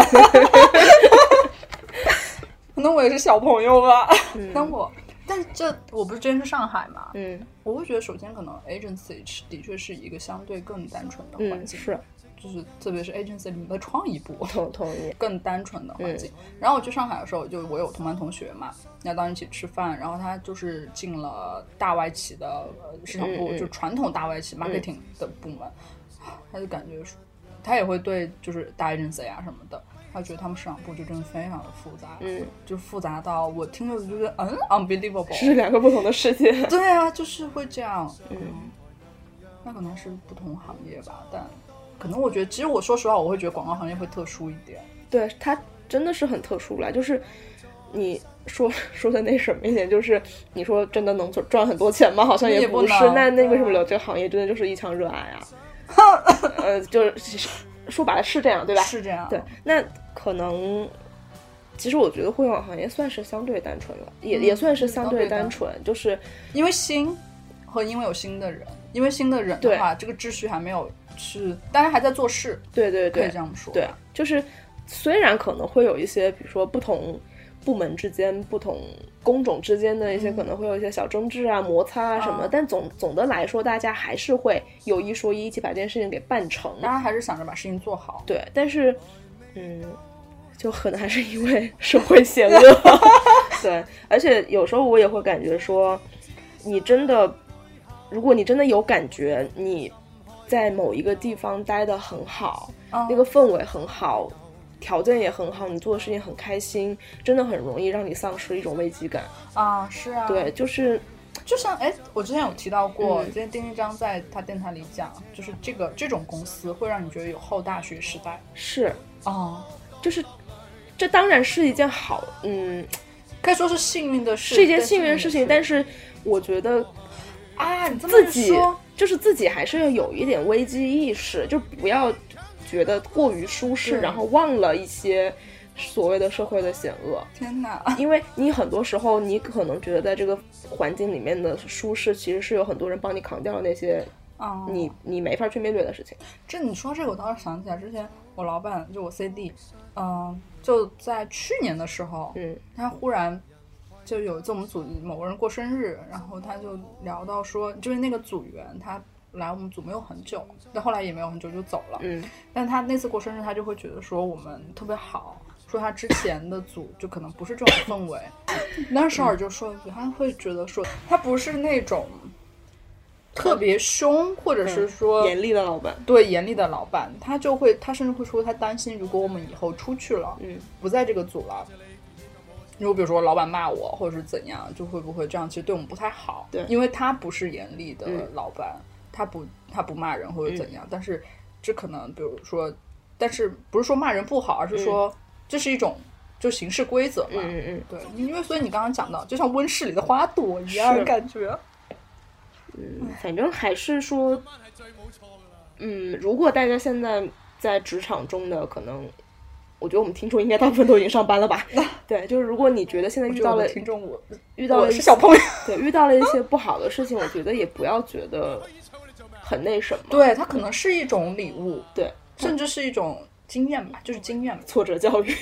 Speaker 2: [LAUGHS] 可能我也是小朋友吧。但我但这我不是之前去上海嘛，
Speaker 3: 嗯
Speaker 2: 我会觉得首先可能 agency 是的确是一个相对更单纯的环
Speaker 3: 嗯，
Speaker 2: 境，
Speaker 3: 是
Speaker 2: 就是特别是 agency 里面的创意部。
Speaker 3: 同同意，
Speaker 2: 更单纯的环境。然后我去上海的时候，就我有同班同学嘛，那当时一起吃饭，然后他就是进了大外企的呃市场部，
Speaker 3: 嗯嗯
Speaker 2: 就传统大外企 marketing 的部门，他就感觉是他也会对就是大 agency 啊什么的。他觉得他们市场部就真的非常的复杂，
Speaker 3: 嗯，
Speaker 2: 就复杂到我听着就觉得嗯 unbelievable，
Speaker 3: 是两个不同的世界。
Speaker 2: 对啊，就是会这样。
Speaker 3: 嗯，
Speaker 2: 那可能是不同行业吧，但可能我觉得，其实我说实话，我会觉得广告行业会特殊一点。
Speaker 3: 对，它真的是很特殊啦，就是你说说的那什么一点，就是你说真的能赚很多钱吗？好像
Speaker 2: 也不
Speaker 3: 不是。
Speaker 2: 能
Speaker 3: 那那为什么
Speaker 2: 对
Speaker 3: 留这个行业，真的就是一腔热爱啊？呃，就是说白了是这样，对吧？
Speaker 2: 是这样，
Speaker 3: 对，那可能，其实我觉得互联网行业算是相对单纯了，也、
Speaker 2: 嗯
Speaker 3: 也算是
Speaker 2: 相
Speaker 3: 相
Speaker 2: 对
Speaker 3: 对
Speaker 2: 单
Speaker 3: 单纯，就是
Speaker 2: 因为新和因为有新的人，因为新的人的话，这个秩序还没有是，大家还在做事，
Speaker 3: 对对
Speaker 2: 可以
Speaker 3: 对
Speaker 2: 这样说。
Speaker 3: 对，就是虽然可能会有一些，比如说不同部门之间、不同工种之间的一些、可能会有一些小争执啊、摩擦啊什么，
Speaker 2: 啊
Speaker 3: 但总总的来说，大家还是会有一说一，一起把这件事情给办成。
Speaker 2: 大家还是想着把事情做好。
Speaker 3: 对，但是，嗯，就可能还是因为社会险恶。对，而且有时候我也会感觉说，你真的，如果你真的有感觉，你在某一个地方待得很好，
Speaker 2: 嗯
Speaker 3: 那个氛围很好，条件也很好，你做的事情很开心，真的很容易让你丧失一种危机感。
Speaker 2: 啊，是啊，
Speaker 3: 对，，就是
Speaker 2: 就像哎，我之前有提到过，
Speaker 3: 嗯
Speaker 2: 之前丁一章在他电台里讲，就是这个这种公司会让你觉得有后大学时代。
Speaker 3: 是
Speaker 2: 哦，
Speaker 3: 就是。这当然是一件好，嗯，
Speaker 2: 可以说是幸运的事，
Speaker 3: 是一件幸运的事情，但
Speaker 2: 是
Speaker 3: 是我觉得
Speaker 2: 啊，你这么
Speaker 3: 自
Speaker 2: 一
Speaker 3: 己
Speaker 2: 说，
Speaker 3: 就是自己还是要有一点危机意识，就不要觉得过于舒适，
Speaker 2: 对
Speaker 3: 然后忘了一些所谓的社会的险恶。
Speaker 2: 天
Speaker 3: [LAUGHS]
Speaker 2: 哪，
Speaker 3: 因为你很多时候，你可能觉得在这个环境里面的舒适，其实是有很多人帮你扛掉了那些
Speaker 2: 啊，
Speaker 3: 你你没法去面对的事情。
Speaker 2: 这你说这个，我倒是想起来，之前我老板就我 CD，嗯、就在去年的时候，
Speaker 3: 嗯
Speaker 2: 他忽然就有一次我们组某个人过生日，然后他就聊到说，就是那个组员他来我们组没有很久，但后来也没有很久就走了。
Speaker 3: 嗯
Speaker 2: 但他那次过生日，他就会觉得说我们特别好，说他之前的组就可能不是这种氛
Speaker 3: [LAUGHS]
Speaker 2: 围。当时尔就说一句，他会觉得说他不是那种特别凶，或者是说
Speaker 3: 嗯严厉的老板，
Speaker 2: 对严厉的老板，他就会，他甚至会说，他担心如果我们以后出去了，
Speaker 3: 嗯，
Speaker 2: 不在这个组了，如果比如说老板骂我，或者是怎样，就会不会这样，其实对我们不太好。
Speaker 3: 对
Speaker 2: 因为他不是严厉的
Speaker 3: 嗯
Speaker 2: 老板，他不他不骂人或者怎样，但是这可能比如说，但是不是说骂人不好，而是说这是一种就行事规则嘛。
Speaker 3: 嗯嗯
Speaker 2: 对，因为所以你刚刚讲到，就像温室里的花朵一样
Speaker 3: 是
Speaker 2: 的感觉。
Speaker 3: 嗯，反正还是说，嗯，如果大家现在在职场中的可能。我觉得我们听众应该大部分都已经上班了吧？对，就是如果你觉得现在
Speaker 2: 我
Speaker 3: 遇
Speaker 2: 觉得
Speaker 3: 到
Speaker 2: 我
Speaker 3: 了
Speaker 2: 的听众我，
Speaker 3: 遇
Speaker 2: 我
Speaker 3: 到了一
Speaker 2: 是
Speaker 3: 些
Speaker 2: 小朋友，
Speaker 3: 对遇到了一些不好的事情，我觉得也不要觉得很那什么，
Speaker 2: 对他可能是一种礼物，
Speaker 3: 对，
Speaker 2: 甚至是一种经验吧，就是经验吧，
Speaker 3: 挫折教育。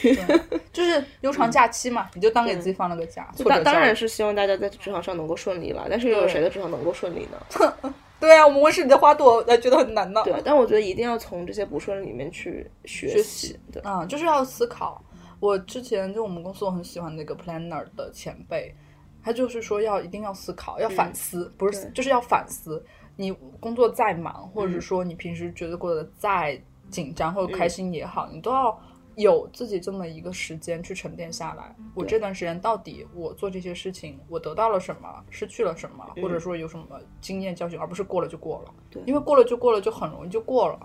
Speaker 2: 就是悠长假期嘛，你就当给自己放了个假。挫折
Speaker 3: 嗯当
Speaker 2: 教育
Speaker 3: 当然是希望大家在职场上能够顺利了，但是又有
Speaker 2: 对
Speaker 3: 谁的职场能够顺利呢？
Speaker 2: 对啊，我们温室里的花朵，呃，觉得很难呢。
Speaker 3: 对，但我觉得一定要从这些不顺里面去学
Speaker 2: 学
Speaker 3: 习
Speaker 2: 习。
Speaker 3: 对，
Speaker 2: 嗯，就是要思考。我之前就我们公司我很喜欢那个 planner 的前辈，他就是说要一定要思考，要反思，不是
Speaker 3: 嗯对嗯
Speaker 2: 就是要反思。你工作再忙，或者是说你平时觉得过得再紧张或者开心也好，你都要有自己这么一个时间去沉淀下来。我
Speaker 3: 对
Speaker 2: 这段时间到底我做这些事情，我得到了什么，失去了什么，或者说有什么经验教训，而不是过了就过了。
Speaker 3: 嗯对
Speaker 2: 因为过了就过了，就很容易就过了。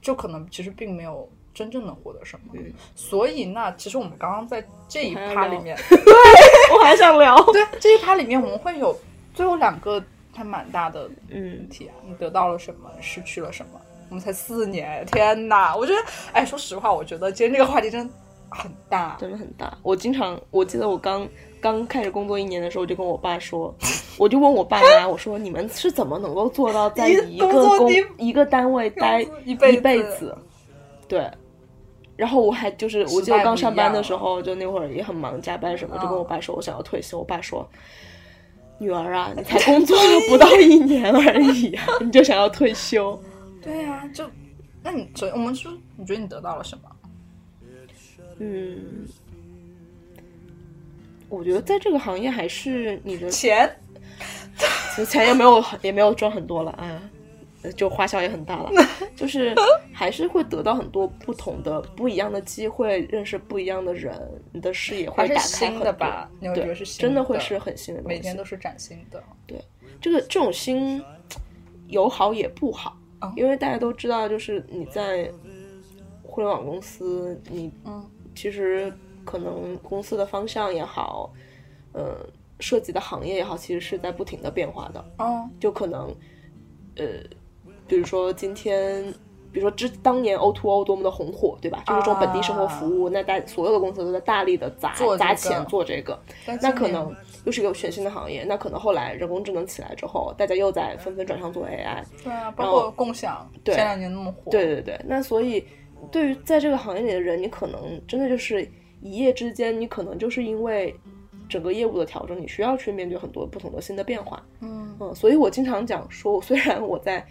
Speaker 2: 就可能其实并没有真正能获得什么。
Speaker 3: 嗯
Speaker 2: 所以那其实我们刚刚在这一趴里面，
Speaker 3: 我还想
Speaker 2: [LAUGHS]
Speaker 3: 聊。
Speaker 2: 对这一趴里面我们会有最后两个还蛮大的
Speaker 3: 嗯，
Speaker 2: 题啊，你得到了什么，失去了什么？我们才四年，天哪！我觉得，哎，说实话，我觉得今天这个话题真的很大。
Speaker 3: 真的很大。我经常，我记得我刚刚开始工作一年的时候，我就跟我爸说， [LAUGHS] 我就问我爸妈，我说你们是怎么能够做到在一
Speaker 2: 一
Speaker 3: 个
Speaker 2: 工作
Speaker 3: 工
Speaker 2: 地
Speaker 3: 一个单位待
Speaker 2: 一辈子
Speaker 3: 子？对。然后我还就是，我记得
Speaker 2: 时代不
Speaker 3: 刚上
Speaker 2: 一
Speaker 3: 班
Speaker 2: 样嗯
Speaker 3: 的
Speaker 2: 了
Speaker 3: 时候，就那会儿也很忙，加班什么，就跟我爸说我想要退休。我爸说：“女儿啊，
Speaker 2: [LAUGHS]
Speaker 3: 你才工作了不到一年而已啊，你就想要退休？
Speaker 2: 对啊，就那你所以我们说，你觉得你得到了什么？
Speaker 3: 嗯，我觉得在这个行业还是你的
Speaker 2: 钱，
Speaker 3: 其实钱也没有也没有赚很多了啊，呃就花销也很大了，
Speaker 2: [LAUGHS]
Speaker 3: 就是还是会得到很多不同的、不一样的机会，认识不一样的人，你的视野会
Speaker 2: 还是
Speaker 3: 打开
Speaker 2: 新
Speaker 3: 很
Speaker 2: 的
Speaker 3: 多。
Speaker 2: 吧你会觉得
Speaker 3: 对
Speaker 2: 是，新
Speaker 3: 真的会
Speaker 2: 的
Speaker 3: 是很新的东西。
Speaker 2: 每天都是崭新的。
Speaker 3: 这个这种新有好也不好
Speaker 2: 哦，
Speaker 3: 因为大家都知道，就是你在互联网公司，你
Speaker 2: 嗯
Speaker 3: 其实可能公司的方向也好，呃，涉及的行业也好，其实是在不停的变化的。
Speaker 2: 哦，
Speaker 3: 就可能，呃，比如说今天，比如说之当年 O to O 多么的红火，对吧？就是这种本地生活服务，那大所有的公司都在大力的砸、
Speaker 2: 啊做这个
Speaker 3: 砸钱做这个，
Speaker 2: 但
Speaker 3: 那
Speaker 2: 今
Speaker 3: 可
Speaker 2: 年
Speaker 3: 能又是一个全新的行业，那可能后来人工智能起来之后，大家又在纷纷转向做 AI，
Speaker 2: 对啊，包
Speaker 3: 然后
Speaker 2: 括共享，
Speaker 3: 对
Speaker 2: 前两年那么火，
Speaker 3: 对对对，那所以对于在这个行业里的人，你可能真的就是一夜之间，你可能就是因为整个业务的调整，你需要去面对很多不同的新的变化。
Speaker 2: 嗯，
Speaker 3: 嗯，所以我经常讲说， [LAUGHS] 虽然我在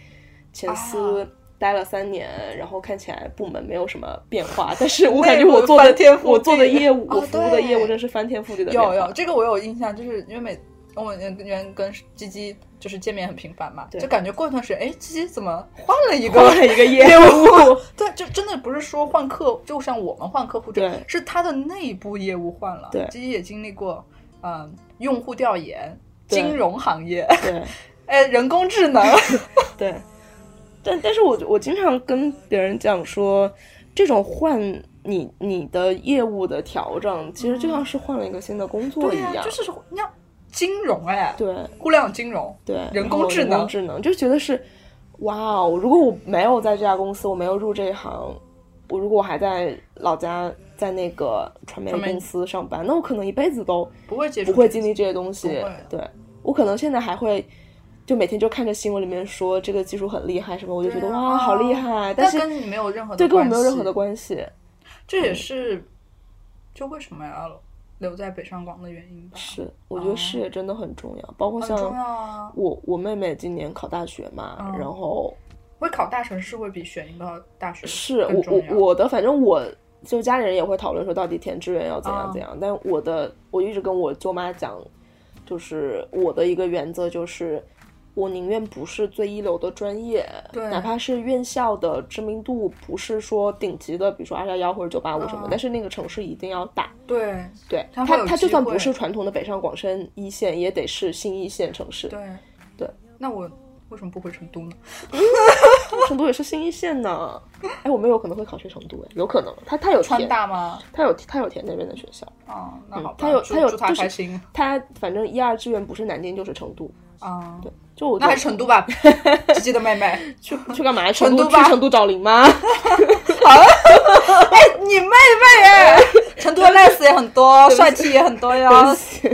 Speaker 3: 前司
Speaker 2: 啊
Speaker 3: 待了三年，然后看起来部门没有什么变
Speaker 2: [LAUGHS]
Speaker 3: 化，但是我感觉
Speaker 2: 内部
Speaker 3: 我做
Speaker 2: 翻
Speaker 3: 的
Speaker 2: 天覆地
Speaker 3: 我做的业务，
Speaker 2: 哦
Speaker 3: 我服务的业务
Speaker 2: 对
Speaker 3: 真是翻天覆地的变
Speaker 2: 有
Speaker 3: 化。
Speaker 2: 有这个我有印象，就是因为每我们原跟鸡鸡就是见面很频繁嘛，
Speaker 3: 对
Speaker 2: 就感觉过一段时间，哎，鸡鸡怎么换了一
Speaker 3: 换
Speaker 2: 个？
Speaker 3: 了一个业
Speaker 2: [LAUGHS]
Speaker 3: 务，
Speaker 2: 对，就真的不是说换客，就像我们换客户这样
Speaker 3: 对
Speaker 2: 是他的内部业务换了。
Speaker 3: 对
Speaker 2: 鸡鸡也经历过，嗯、用户调研、
Speaker 3: 对
Speaker 2: 金融行业，
Speaker 3: 对
Speaker 2: 哎，人工智能，
Speaker 3: 对。但但是我我经常跟别人讲说，这种换你你的业务的调整，其实就像是换了一个新的工作
Speaker 2: 嗯
Speaker 3: 一
Speaker 2: 呀、
Speaker 3: 样。
Speaker 2: 就是你要金融哎，
Speaker 3: 对
Speaker 2: 互联网金融，
Speaker 3: 对，
Speaker 2: 人
Speaker 3: 然
Speaker 2: 工
Speaker 3: 后
Speaker 2: 智
Speaker 3: 人
Speaker 2: 能
Speaker 3: 工智能就觉得是，哇哦！如果我没有在这家公司，我没有入这一行，我如果我还在老家在那个传媒
Speaker 2: 传媒
Speaker 3: 公司上班，那我可能一辈子都
Speaker 2: 不会接触
Speaker 3: 不会经历这些东
Speaker 2: 不
Speaker 3: 西
Speaker 2: 会。
Speaker 3: 对我可能现在还会。就每天就看着新闻里面说这个技术很厉害什么，我就觉得
Speaker 2: 对啊
Speaker 3: 哇好厉害，但
Speaker 2: 但
Speaker 3: 是
Speaker 2: 跟你没有任何的
Speaker 3: 对跟我没
Speaker 2: 关
Speaker 3: 有
Speaker 2: 系
Speaker 3: 任何的关系。
Speaker 2: 这
Speaker 3: 嗯
Speaker 2: 也是就为什么要留在北上广的原因吧，
Speaker 3: 是，我觉得视野真的很重要，包括
Speaker 2: 哦很
Speaker 3: 像
Speaker 2: 重要啊。
Speaker 3: 我我妹妹今年考大学嘛，
Speaker 2: 嗯
Speaker 3: 然后
Speaker 2: 会考大城市会比选一个大学
Speaker 3: 是
Speaker 2: 更
Speaker 3: 我
Speaker 2: 重要
Speaker 3: 我我的，反正我就家里人也会讨论说到底填志愿要怎样
Speaker 2: 啊
Speaker 3: 怎样，但我的我一直跟我舅妈讲，就是我的一个原则就是。我宁愿不是最一流的专业，
Speaker 2: 对
Speaker 3: 哪怕是院校的知名度不是说顶级的，比如说二幺幺或者九八五什么，
Speaker 2: 啊
Speaker 3: 但是那个城市一定要大。
Speaker 2: 对
Speaker 3: 对，
Speaker 2: 它
Speaker 3: 它
Speaker 2: 会有
Speaker 3: 它就
Speaker 2: 机
Speaker 3: 算
Speaker 2: 会
Speaker 3: 不是传统的北上广深一线，也得是新一线城市。
Speaker 2: 对
Speaker 3: 对。
Speaker 2: 那我为什么不回成都呢？
Speaker 3: 成都也是新一线呢。哎，我妹有可能会考去成都，哎，有可能，她她有
Speaker 2: 川
Speaker 3: 填，
Speaker 2: 大吗？
Speaker 3: 她有她有填那边的学校。
Speaker 2: 哦，那好吧，
Speaker 3: 嗯他有
Speaker 2: 祝
Speaker 3: 他有
Speaker 2: 祝他
Speaker 3: 就是
Speaker 2: 开心
Speaker 3: 他反正一二志愿不是南京就是成都，
Speaker 2: 啊。
Speaker 3: 对，就我
Speaker 2: 那
Speaker 3: 觉
Speaker 2: 还
Speaker 3: 得
Speaker 2: 是成都吧，
Speaker 3: [LAUGHS]
Speaker 2: 吉吉的妹妹。
Speaker 3: 去去干嘛？
Speaker 2: 成
Speaker 3: 成
Speaker 2: 都
Speaker 3: 都
Speaker 2: 吧
Speaker 3: 去成都找零吗？
Speaker 2: 哎，你妹妹哎，成都的 les 也很多，帅 T 也很多哟。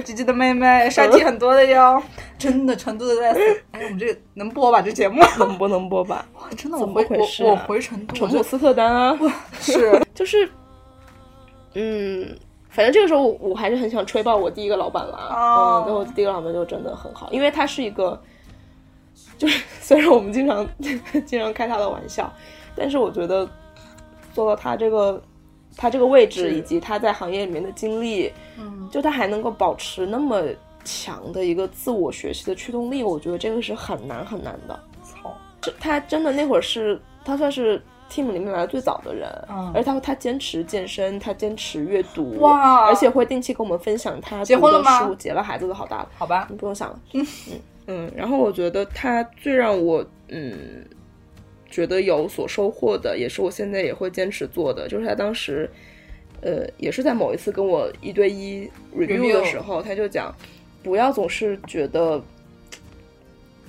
Speaker 2: 吉吉的妹妹，帅 T 很多的哟。
Speaker 3: 嗯
Speaker 2: 真的，成都的 les。哎，我们这个能播吧？这节目？
Speaker 3: [LAUGHS] 能播能播吧？
Speaker 2: 哇哎真的，我
Speaker 3: 怎么
Speaker 2: 回
Speaker 3: 回事
Speaker 2: 我我
Speaker 3: 啊
Speaker 2: 回成都，
Speaker 3: 成
Speaker 2: 我
Speaker 3: 都
Speaker 2: 就是
Speaker 3: 斯特丹啊，
Speaker 2: [LAUGHS] 是
Speaker 3: 就是，嗯，反正这个时候我我还是很想吹爆我第一个老板啦。
Speaker 2: 哦
Speaker 3: 嗯，对我第一个老板就真的很好，因为他是一个，就是 [LAUGHS] 虽然我们经常经常开他的玩笑，但是我觉得做到他这个他这个位置
Speaker 2: 是
Speaker 3: 以及他在行业里面的经历，
Speaker 2: 嗯，
Speaker 3: 就他还能够保持那么强的一个自我学习的驱动力，我觉得这个是很难很难的。
Speaker 2: 操，
Speaker 3: 这他真的那会儿是他算是 team 里面来的最早的人，
Speaker 2: 嗯
Speaker 3: 而他他坚持健身，他坚持阅读，
Speaker 2: 哇
Speaker 3: 而且会定期跟我们分享他
Speaker 2: 结
Speaker 3: 读
Speaker 2: 婚
Speaker 3: 的
Speaker 2: 了吗
Speaker 3: 书，结了孩子都好大了，
Speaker 2: 好吧，
Speaker 3: 你不用想
Speaker 2: [LAUGHS]
Speaker 3: 了，嗯嗯，然后我觉得他最让我嗯觉得有所收获的，也是我现在也会坚持做的，就是他当时。呃，也是在某一次跟我一对一 review 的
Speaker 2: Review
Speaker 3: 时候，他就讲，不要总是觉得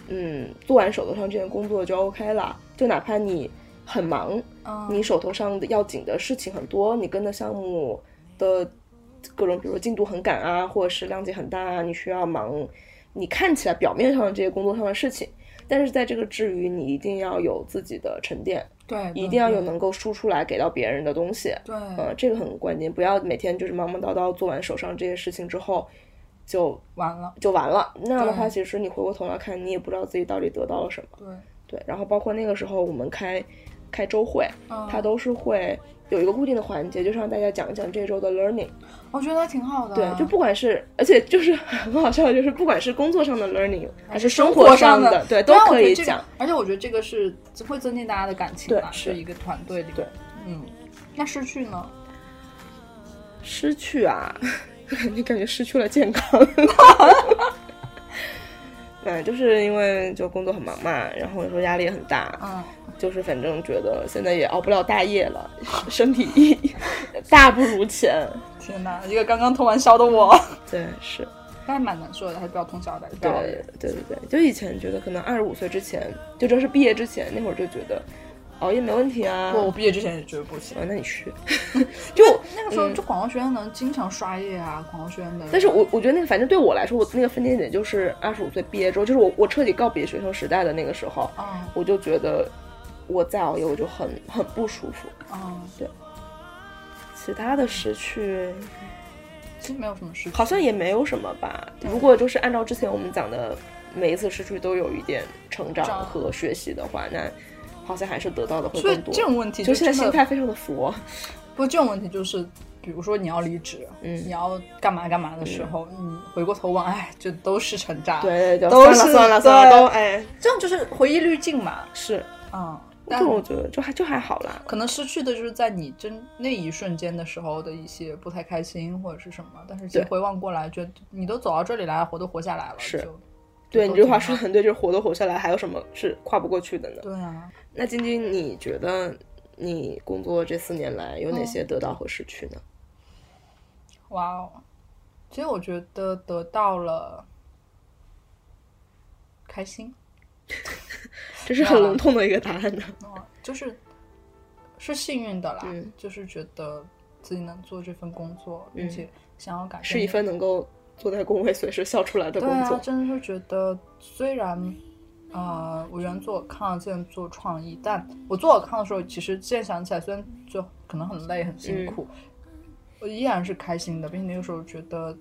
Speaker 3: 嗯，做完手头上这件工作就 OK 了。就哪怕你很忙，
Speaker 2: 嗯
Speaker 3: 你手头上的要紧的事情很多，你跟的项目的各种，比如说进度很赶啊，或者是量级很大啊，你需要忙你看起来表面上的这些工作上的事情，但是在这个之余，你一定要有自己的沉淀，
Speaker 2: 对，
Speaker 3: 一定要有能够输出来给到别人的东西。
Speaker 2: 对，
Speaker 3: 呃，这个很关键，不要每天就是忙忙叨叨做完手上这些事情之后，就
Speaker 2: 完了，
Speaker 3: 就完了。那样的话，
Speaker 2: 对
Speaker 3: 其实你回过头来看，你也不知道自己到底得到了什么。
Speaker 2: 对，
Speaker 3: 对，然后包括那个时候我们开开周会，
Speaker 2: 嗯，
Speaker 3: 它都是会有一个固定的环节，就是让大家讲一讲这周的 learning。
Speaker 2: 我觉得挺好的，啊
Speaker 3: 对，就不管是，而且就是 [LAUGHS] 很好笑的，就是不管是工作上的 learning 还是生
Speaker 2: 活
Speaker 3: 上
Speaker 2: 的对
Speaker 3: 对，都
Speaker 2: 啊我
Speaker 3: 可
Speaker 2: 觉得
Speaker 3: 以
Speaker 2: 这个
Speaker 3: 讲。
Speaker 2: 而且我觉得这个是会增进大家的感情
Speaker 3: 对
Speaker 2: 吧，
Speaker 3: 是
Speaker 2: 是一个团队里，
Speaker 3: 对，
Speaker 2: 嗯，那失去呢？
Speaker 3: 失去啊， [LAUGHS] 你感觉失去了 [LAUGHS] 健康。嗯，就是因为就工作很忙嘛，然后有时候压力也很大，
Speaker 2: 嗯，
Speaker 3: 就是反正觉得现在也熬不了大夜了， [LAUGHS] 身体一大不如前。
Speaker 2: 天哪，一个刚刚通完宵的我，
Speaker 3: 对，是。
Speaker 2: 还蛮难受的，还是不要通宵的，不
Speaker 3: 对
Speaker 2: 要熬夜。
Speaker 3: 对对对，就以前觉得可能二十五岁之前，就真是毕业之前那会儿就觉得熬夜没问题啊。
Speaker 2: 我我毕业之前也觉得不行，
Speaker 3: 啊，那你去， [LAUGHS] 就
Speaker 2: 那个时候就广告学院能经常刷夜啊，广告学院的。
Speaker 3: 嗯但是我我觉得那个，反正对我来说，我那个分界点就是二十五岁毕业之后，就是我我彻底告别学生时代的那个时候，
Speaker 2: 嗯
Speaker 3: 我就觉得我再熬夜我就很很不舒服。
Speaker 2: 嗯，
Speaker 3: 其他的失去
Speaker 2: 其实没有什么事情，
Speaker 3: 好像也没有什么吧。
Speaker 2: 对
Speaker 3: 如果就是按照之前我们讲的，每一次失去都有一点成
Speaker 2: 长
Speaker 3: 长和学习的话，那好像还是得到的会
Speaker 2: 所以
Speaker 3: 更多。
Speaker 2: 这种问题
Speaker 3: 就现在
Speaker 2: 真
Speaker 3: 心
Speaker 2: 的
Speaker 3: 态非常的哦佛，
Speaker 2: 不，这种问题就是，比如说你要离职，
Speaker 3: 嗯
Speaker 2: [LAUGHS] 你要干嘛干嘛的时候，你回过头望，哎，这都是成渣，，
Speaker 3: 对对对，
Speaker 2: 都
Speaker 3: 算了
Speaker 2: 是
Speaker 3: 算了算
Speaker 2: 对
Speaker 3: 了，都哎
Speaker 2: 这样就是回忆滤镜嘛，
Speaker 3: 是，
Speaker 2: 嗯，但
Speaker 3: 这我觉得就还就还好啦。
Speaker 2: 可能失去的就是在你真那一瞬间的时候的一些不太开心或者是什么，但是其实
Speaker 3: 对
Speaker 2: 回望过来，觉得你都走到这里来，活都活下来了，
Speaker 3: 是
Speaker 2: 就
Speaker 3: 对
Speaker 2: 都
Speaker 3: 你这
Speaker 2: 挺
Speaker 3: 话
Speaker 2: 好
Speaker 3: 说的很对，就是活都活下来，还有什么是跨不过去的呢？
Speaker 2: 对啊，
Speaker 3: 那晶晶，你觉得你工作这四年来有哪些得到和失去呢？
Speaker 2: 哇哦，其实我觉得得到了开心，
Speaker 3: 这是很笼统的一个答案呢。
Speaker 2: 哦，就是是幸运的啦，
Speaker 3: [LAUGHS] 嗯
Speaker 2: 就是觉得自己能做这份工作，
Speaker 3: 嗯
Speaker 2: 并且想要改变，
Speaker 3: 是一份能够坐在工位随时笑出来的
Speaker 2: 对
Speaker 3: 工
Speaker 2: 啊
Speaker 3: 作，，
Speaker 2: 真的是觉得虽然。呃，我原做抗建做创意，但我做尔康的时候，其实现在想起来，虽然就可能很累很
Speaker 3: 嗯
Speaker 2: 辛苦，我依然是开心的，并且那个时候觉得，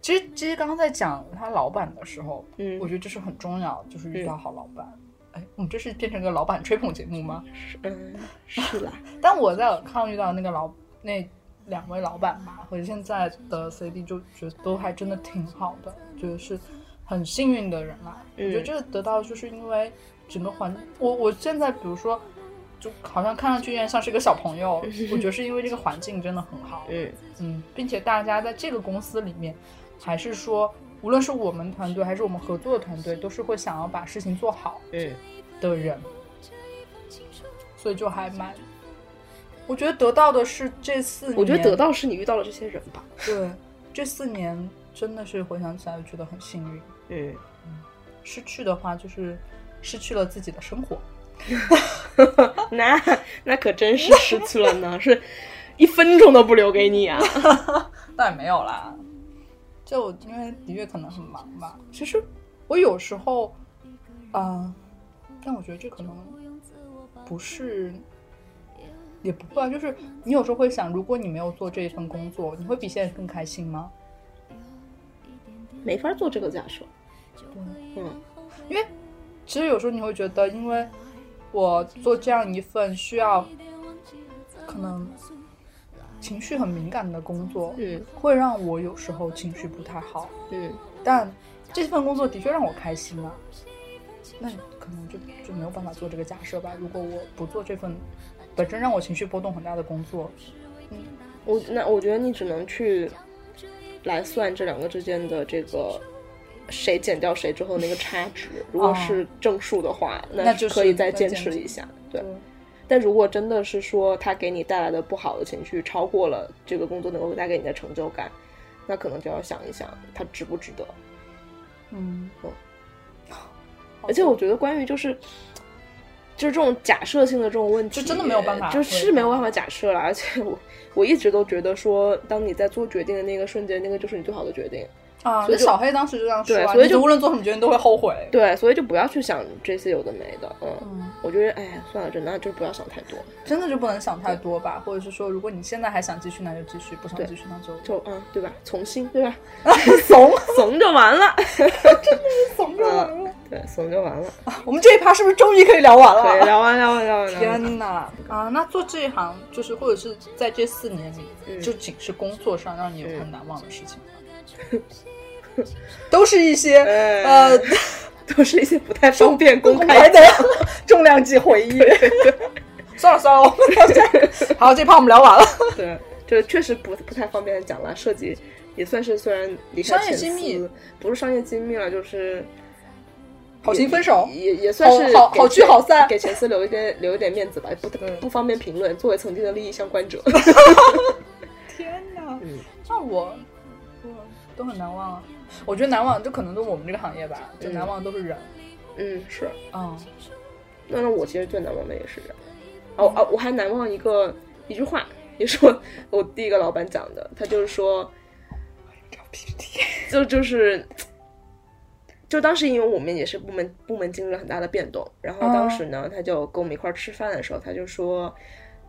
Speaker 2: 其实其实刚刚在讲他老板的时候，
Speaker 3: 嗯
Speaker 2: 我觉得这是很重要，就是遇
Speaker 3: 嗯
Speaker 2: 到好老板。哎，我们这是变成个老板吹捧节目吗？
Speaker 3: 是嗯，是啦， [LAUGHS]
Speaker 2: 但我在尔康遇到那个老那两位老板吧，和现在的 CD 就觉得都还真的挺好的，觉得是很幸运的人啦。
Speaker 3: 嗯
Speaker 2: 我觉得这个得到就是因为整个环，我我现在比如说。就好像看上去有点像是一个小朋
Speaker 3: [LAUGHS]
Speaker 2: 友，我觉得是因为这个环境真的很好，
Speaker 3: 嗯
Speaker 2: 嗯，并且大家在这个公司里面，还是说，无论是我们团队还是我们合作的团队，都是会想要把事情做好，
Speaker 3: 嗯，
Speaker 2: 的人，所以就还蛮，我觉得得到的是这四年，
Speaker 3: 我觉得得到是你遇到了这些人 [LAUGHS] 吧，
Speaker 2: 对这四年真的是回想起来觉得很幸运，
Speaker 3: 嗯，
Speaker 2: 失去的话就是失去了自己的生活，
Speaker 3: 那那可真 [LAUGHS] 是失去了呢，是一分钟都不留给 [LAUGHS] 你啊，
Speaker 2: 倒也没有啦，就因为的确可能很忙吧。其实我有时候，嗯、但我觉得这可能不是，也不会啊。就是你有时候会想，如果你没有做这一份工作，你会比现在更开心吗？
Speaker 3: 没法做这个假设，嗯
Speaker 2: 因为其实有时候你会觉得，因为我做这样一份需要可能情绪很敏感的工作，
Speaker 3: 嗯
Speaker 2: 会让我有时候情绪不太好，
Speaker 3: 嗯，
Speaker 2: 但这份工作的确让我开心啊。那可能就就没有办法做这个假设吧。如果我不做这份本身让我情绪波动很大的工作，
Speaker 3: 我那我觉得你只能去来算这两个之间的这个。谁减掉谁之后那个差值，如果是正数的话，
Speaker 2: 哦那就是
Speaker 3: 可以再
Speaker 2: 再
Speaker 3: 坚
Speaker 2: 坚
Speaker 3: 持
Speaker 2: 持
Speaker 3: 一下。对，但如果真的是说他给你带来的不好的情绪超过了这个工作能够带给你的成就感，那可能就要想一想它值不值得。
Speaker 2: 嗯
Speaker 3: 嗯，而且我觉得关于就是就是这种假设性的这种问题，
Speaker 2: 就真的没有办法
Speaker 3: 就是没有办法假设了。而且我我一直都觉得说，当你在做决定的那个瞬间，那个就是你最好的决定。
Speaker 2: 啊，
Speaker 3: 所以就
Speaker 2: 小黑当时就这样说、
Speaker 3: 对
Speaker 2: 啊，
Speaker 3: 所以
Speaker 2: 你
Speaker 3: 就
Speaker 2: 无论做什么决定都会后悔。
Speaker 3: 对，所以就不要去想这些有的没的，嗯，我觉得哎呀算了，真的就不要想太多，
Speaker 2: 真的就不能想太多吧，或者是说，如果你现在还想继续，那就继续；不想
Speaker 3: 对
Speaker 2: 继续，那就
Speaker 3: 就嗯对吧，从心对吧，
Speaker 2: 怂
Speaker 3: 怂就
Speaker 2: [LAUGHS]
Speaker 3: 完了，嗯
Speaker 2: 怂着
Speaker 3: 呃
Speaker 2: 玩了。
Speaker 3: 对，怂就完了，
Speaker 2: 我们这一趴是不是终于可以聊完
Speaker 3: 对，
Speaker 2: 了？
Speaker 3: 聊完聊完聊完聊完，
Speaker 2: 啊天哪！啊，那做这一行就是，或者是在这四年里，
Speaker 3: 嗯
Speaker 2: 就仅是工作上让你有很难忘的事情吗， [LAUGHS] 都是一些呃
Speaker 3: 呃， [LAUGHS] 都是一些不太方便公
Speaker 2: 公开
Speaker 3: 开
Speaker 2: 的。
Speaker 3: 重量级回忆，
Speaker 2: [LAUGHS] 算了算了，我们聊
Speaker 3: [LAUGHS]
Speaker 2: 这。好，这趴我们聊完了。
Speaker 3: 对，就确实不不太方便讲了，涉及也算是虽然离开
Speaker 2: 商业
Speaker 3: 前
Speaker 2: 机密
Speaker 3: 司，不是商业机密了，就是
Speaker 2: 好心分手，
Speaker 3: 也也算是
Speaker 2: 好好
Speaker 3: 给
Speaker 2: 好聚
Speaker 3: 前
Speaker 2: 好散嗯
Speaker 3: 给前司留一点留一点面子吧，不
Speaker 2: 对
Speaker 3: 不方便评论。作为曾经的利益相关者，
Speaker 2: 天哪
Speaker 3: 嗯！
Speaker 2: 那我我都很难忘啊。我觉得难忘，就可能都我们这个行业吧，就
Speaker 3: 嗯
Speaker 2: 难忘都是人。
Speaker 3: 嗯，是。
Speaker 2: 嗯，
Speaker 3: 那那我其实最难忘的也是人，哦哦，我还难忘一个一句话，也是我我第一个老板讲的，他就是说，
Speaker 2: 哎
Speaker 3: 就就是，就当时因为我们也是部门部门经历了很大的变动，然后当时
Speaker 2: 哦
Speaker 3: 呢，他就跟我们一块儿吃饭的时候，他就说，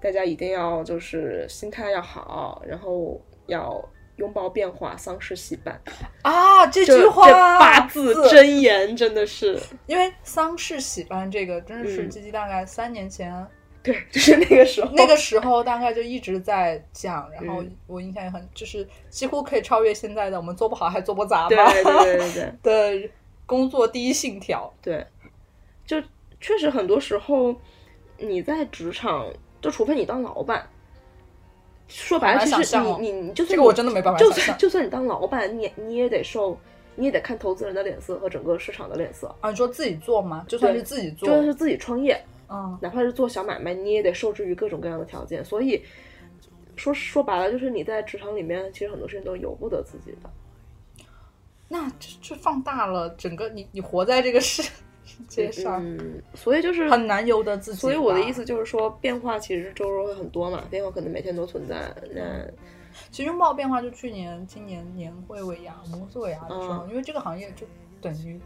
Speaker 3: 大家一定要就是心态要好，然后要拥抱变化，丧失习惯，
Speaker 2: 啊，这
Speaker 3: 就
Speaker 2: 句话
Speaker 3: 这八字真言真的是。
Speaker 2: 因为丧事喜欢这个，真的是
Speaker 3: 嗯
Speaker 2: 鸡鸡大概三年前、
Speaker 3: 对，就是那个时候，
Speaker 2: 那个时候，大概就一直在讲，然后
Speaker 3: 嗯
Speaker 2: 我印象也很，就是几乎可以超越现在的我们做不好还做不砸
Speaker 3: 对
Speaker 2: 吧
Speaker 3: 对对对对，
Speaker 2: [LAUGHS] 的工作第一信条。
Speaker 3: 对，就确实很多时候你在职场，就除非你当老板，说白了，
Speaker 2: 很难
Speaker 3: 其实
Speaker 2: 想象
Speaker 3: 你
Speaker 2: 哦
Speaker 3: 你你就算
Speaker 2: 这个我
Speaker 3: 你
Speaker 2: 真的没办法
Speaker 3: 就
Speaker 2: 想象
Speaker 3: 算就算你当老板，你也你也得受，你也得看投资人的脸色和整个市场的脸色。
Speaker 2: 啊，你说自己做吗？就算是自己
Speaker 3: 就
Speaker 2: 做，
Speaker 3: 算是自己创业，
Speaker 2: 嗯，
Speaker 3: 哪怕是做小买卖，你也得受制于各种各样的条件。所以说说白了，就是你在职场里面，其实很多事情都由不得自己的。
Speaker 2: 那这这放大了整个你你活在这个世世界上，
Speaker 3: 嗯，所以就是
Speaker 2: 很难由得自己吧。
Speaker 3: 所以我的意思就是说，变化其实周周会很多嘛，变化可能每天都存在。那
Speaker 2: 其实拥抱变化就去年、今年年会尾牙、我们公司尾牙的时候，
Speaker 3: 嗯
Speaker 2: 因为这个行业就等于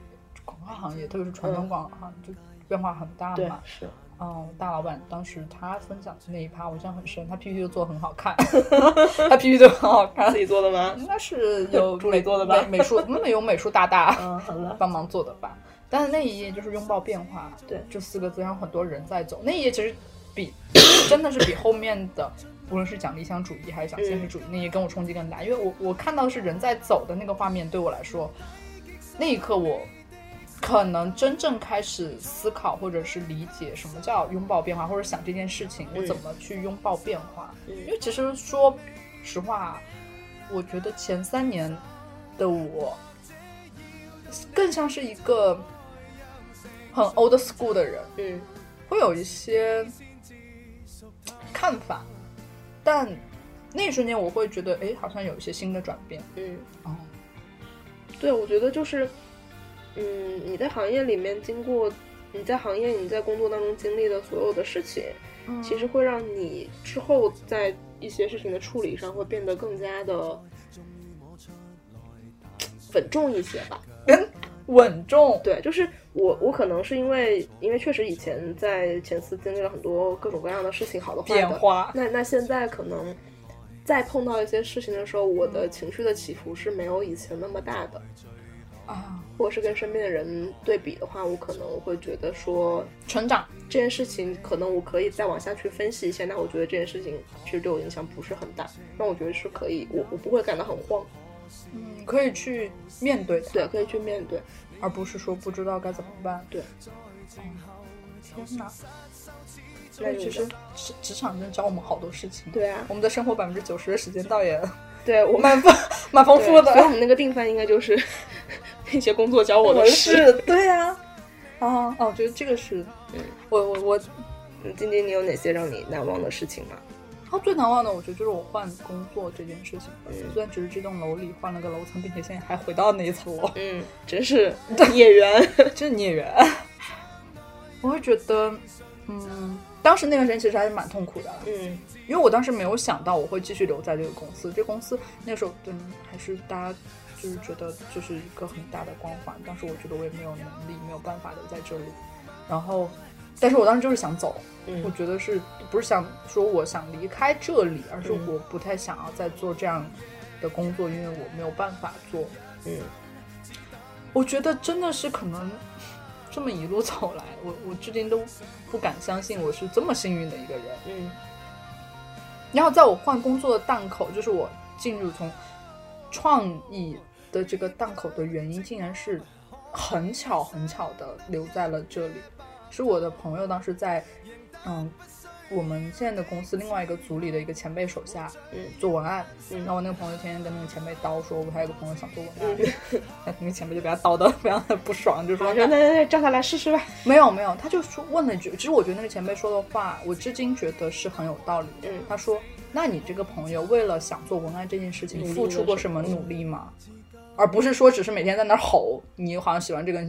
Speaker 2: 广告行业，特别是传统广告行业，就变化很大
Speaker 3: 对
Speaker 2: 嘛。
Speaker 3: 是，
Speaker 2: 嗯，大老板当时他分享的那一趴，我印象很深，他 PPT 都做得很好
Speaker 3: [LAUGHS]
Speaker 2: 看，他 PPT 都很好看
Speaker 3: 自，己做的吗？
Speaker 2: 应该是
Speaker 3: [LAUGHS]
Speaker 2: 有
Speaker 3: 助理做的吧
Speaker 2: 美美术，我们有美术大大
Speaker 3: [LAUGHS] 嗯，好了，
Speaker 2: 帮忙做的吧。但是那一页就是拥抱变化，
Speaker 3: 对
Speaker 2: 这四个字让很多人在走。那一页其实比 [COUGHS] 真的是比后面的，无论是讲理想主义还是讲现实主义，那一页跟我冲击更大，因为我我看到的是人在走的那个画面，对我来说，那一刻我可能真正开始思考或者是理解什么叫拥抱变化，或者想这件事情我
Speaker 3: 嗯
Speaker 2: 怎么去拥抱变化。
Speaker 3: 嗯
Speaker 2: 因为其实说实话，我觉得前三年的我更像是一个很 old school 的人，
Speaker 3: 嗯
Speaker 2: 会有一些看法，但那一瞬间我会觉得，哎，好像有一些新的转变。
Speaker 3: 嗯，
Speaker 2: 哦，
Speaker 3: 对，我觉得就是，嗯，你在行业里面经过，你在行业你在工作当中经历的所有的事情，其实会让你之后在一些事情的处理上会变得更加的稳重一些吧。
Speaker 2: 稳重，
Speaker 3: 对，就是我，我可能是因为，因为确实以前在前司经历了很多各种各样的事情，好的坏
Speaker 2: 变
Speaker 3: 的。
Speaker 2: 化，
Speaker 3: 那那现在可能再碰到一些事情的时候，我的情绪的起伏是没有以前那么大的。
Speaker 2: 啊，
Speaker 3: 如果是跟身边的人对比的话，我可能会觉得说
Speaker 2: 成长。
Speaker 3: 这件事情可能我可以再往下去分析一下。那我觉得这件事情其实对我影响不是很大，那我觉得是可以，我我不会感到很慌，
Speaker 2: 嗯，可以去面对它，
Speaker 3: 对，可以去面对。
Speaker 2: 而不是说不知道该怎么办。
Speaker 3: 对
Speaker 2: 嗯，天哪！所
Speaker 3: 那
Speaker 2: 以
Speaker 3: 你
Speaker 2: 其
Speaker 3: 呢
Speaker 2: 实？职职场真的教我们好多事情。
Speaker 3: 对啊
Speaker 2: 我，们的生活百分之九十的时间倒 [LAUGHS] 也
Speaker 3: 对我
Speaker 2: 蛮丰蛮丰富
Speaker 3: 对所以我
Speaker 2: 的。
Speaker 3: 们那个定番应该就是 [LAUGHS] 那些工作教我的
Speaker 2: [LAUGHS]
Speaker 3: 事。
Speaker 2: 是，对呀、啊。啊哦，我觉得这个是，我我我，
Speaker 3: 嗯晶晶，你有哪些让你难忘的事情吗？
Speaker 2: 他哦最难忘的，我觉得就是我换工作这件事情吧。
Speaker 3: 嗯
Speaker 2: 虽然只是这栋楼里换了个楼层，并且现在还回到那一层楼， [LAUGHS]
Speaker 3: 嗯，真是 [LAUGHS] 孽缘。
Speaker 2: 这孽缘。我会觉得，嗯，当时那段时间其实还是蛮痛苦的，
Speaker 3: 嗯，
Speaker 2: 因为我当时没有想到我会继续留在这个公司，这公司那时候对还是大家就是觉得就是一个很大的光环，但是我觉得我也没有能力，没有办法留在这里，然后，但是我当时就是想走，
Speaker 3: 嗯
Speaker 2: 我觉得是不是想说我想离开这里，而是我不太想要再做这样的工作，因为我没有办法做，
Speaker 3: 嗯，
Speaker 2: 我觉得真的是可能这么一路走来，我我至今都不敢相信我是这么幸运的一个人。
Speaker 3: 嗯
Speaker 2: 然后在我换工作的档口，就是我进入从创意的这个档口的原因，竟然是很巧很巧的留在了这里。是我的朋友当时在，嗯，我们现在的公司另外一个组里的一个前辈手下
Speaker 3: 嗯
Speaker 2: 做文案，
Speaker 3: 嗯
Speaker 2: 然后我那个朋友天天跟那个前辈叨说，我还有个朋友想做文案， [LAUGHS] 那个前辈就被他叨的非常的不爽，就说
Speaker 3: 我说那那那叫他来试试吧。
Speaker 2: 没有没有，他就说问了一句，其实我觉得那个前辈说的话，我至今觉得是很有道理的。
Speaker 3: 嗯
Speaker 2: 他说：“那你这个朋友为了想做文案这件事情，
Speaker 3: 努力
Speaker 2: 付出
Speaker 3: 了
Speaker 2: 过
Speaker 3: 是
Speaker 2: 什么
Speaker 3: 吧
Speaker 2: 努力吗？而不是说只是每天在那儿吼，你好像喜欢这个。”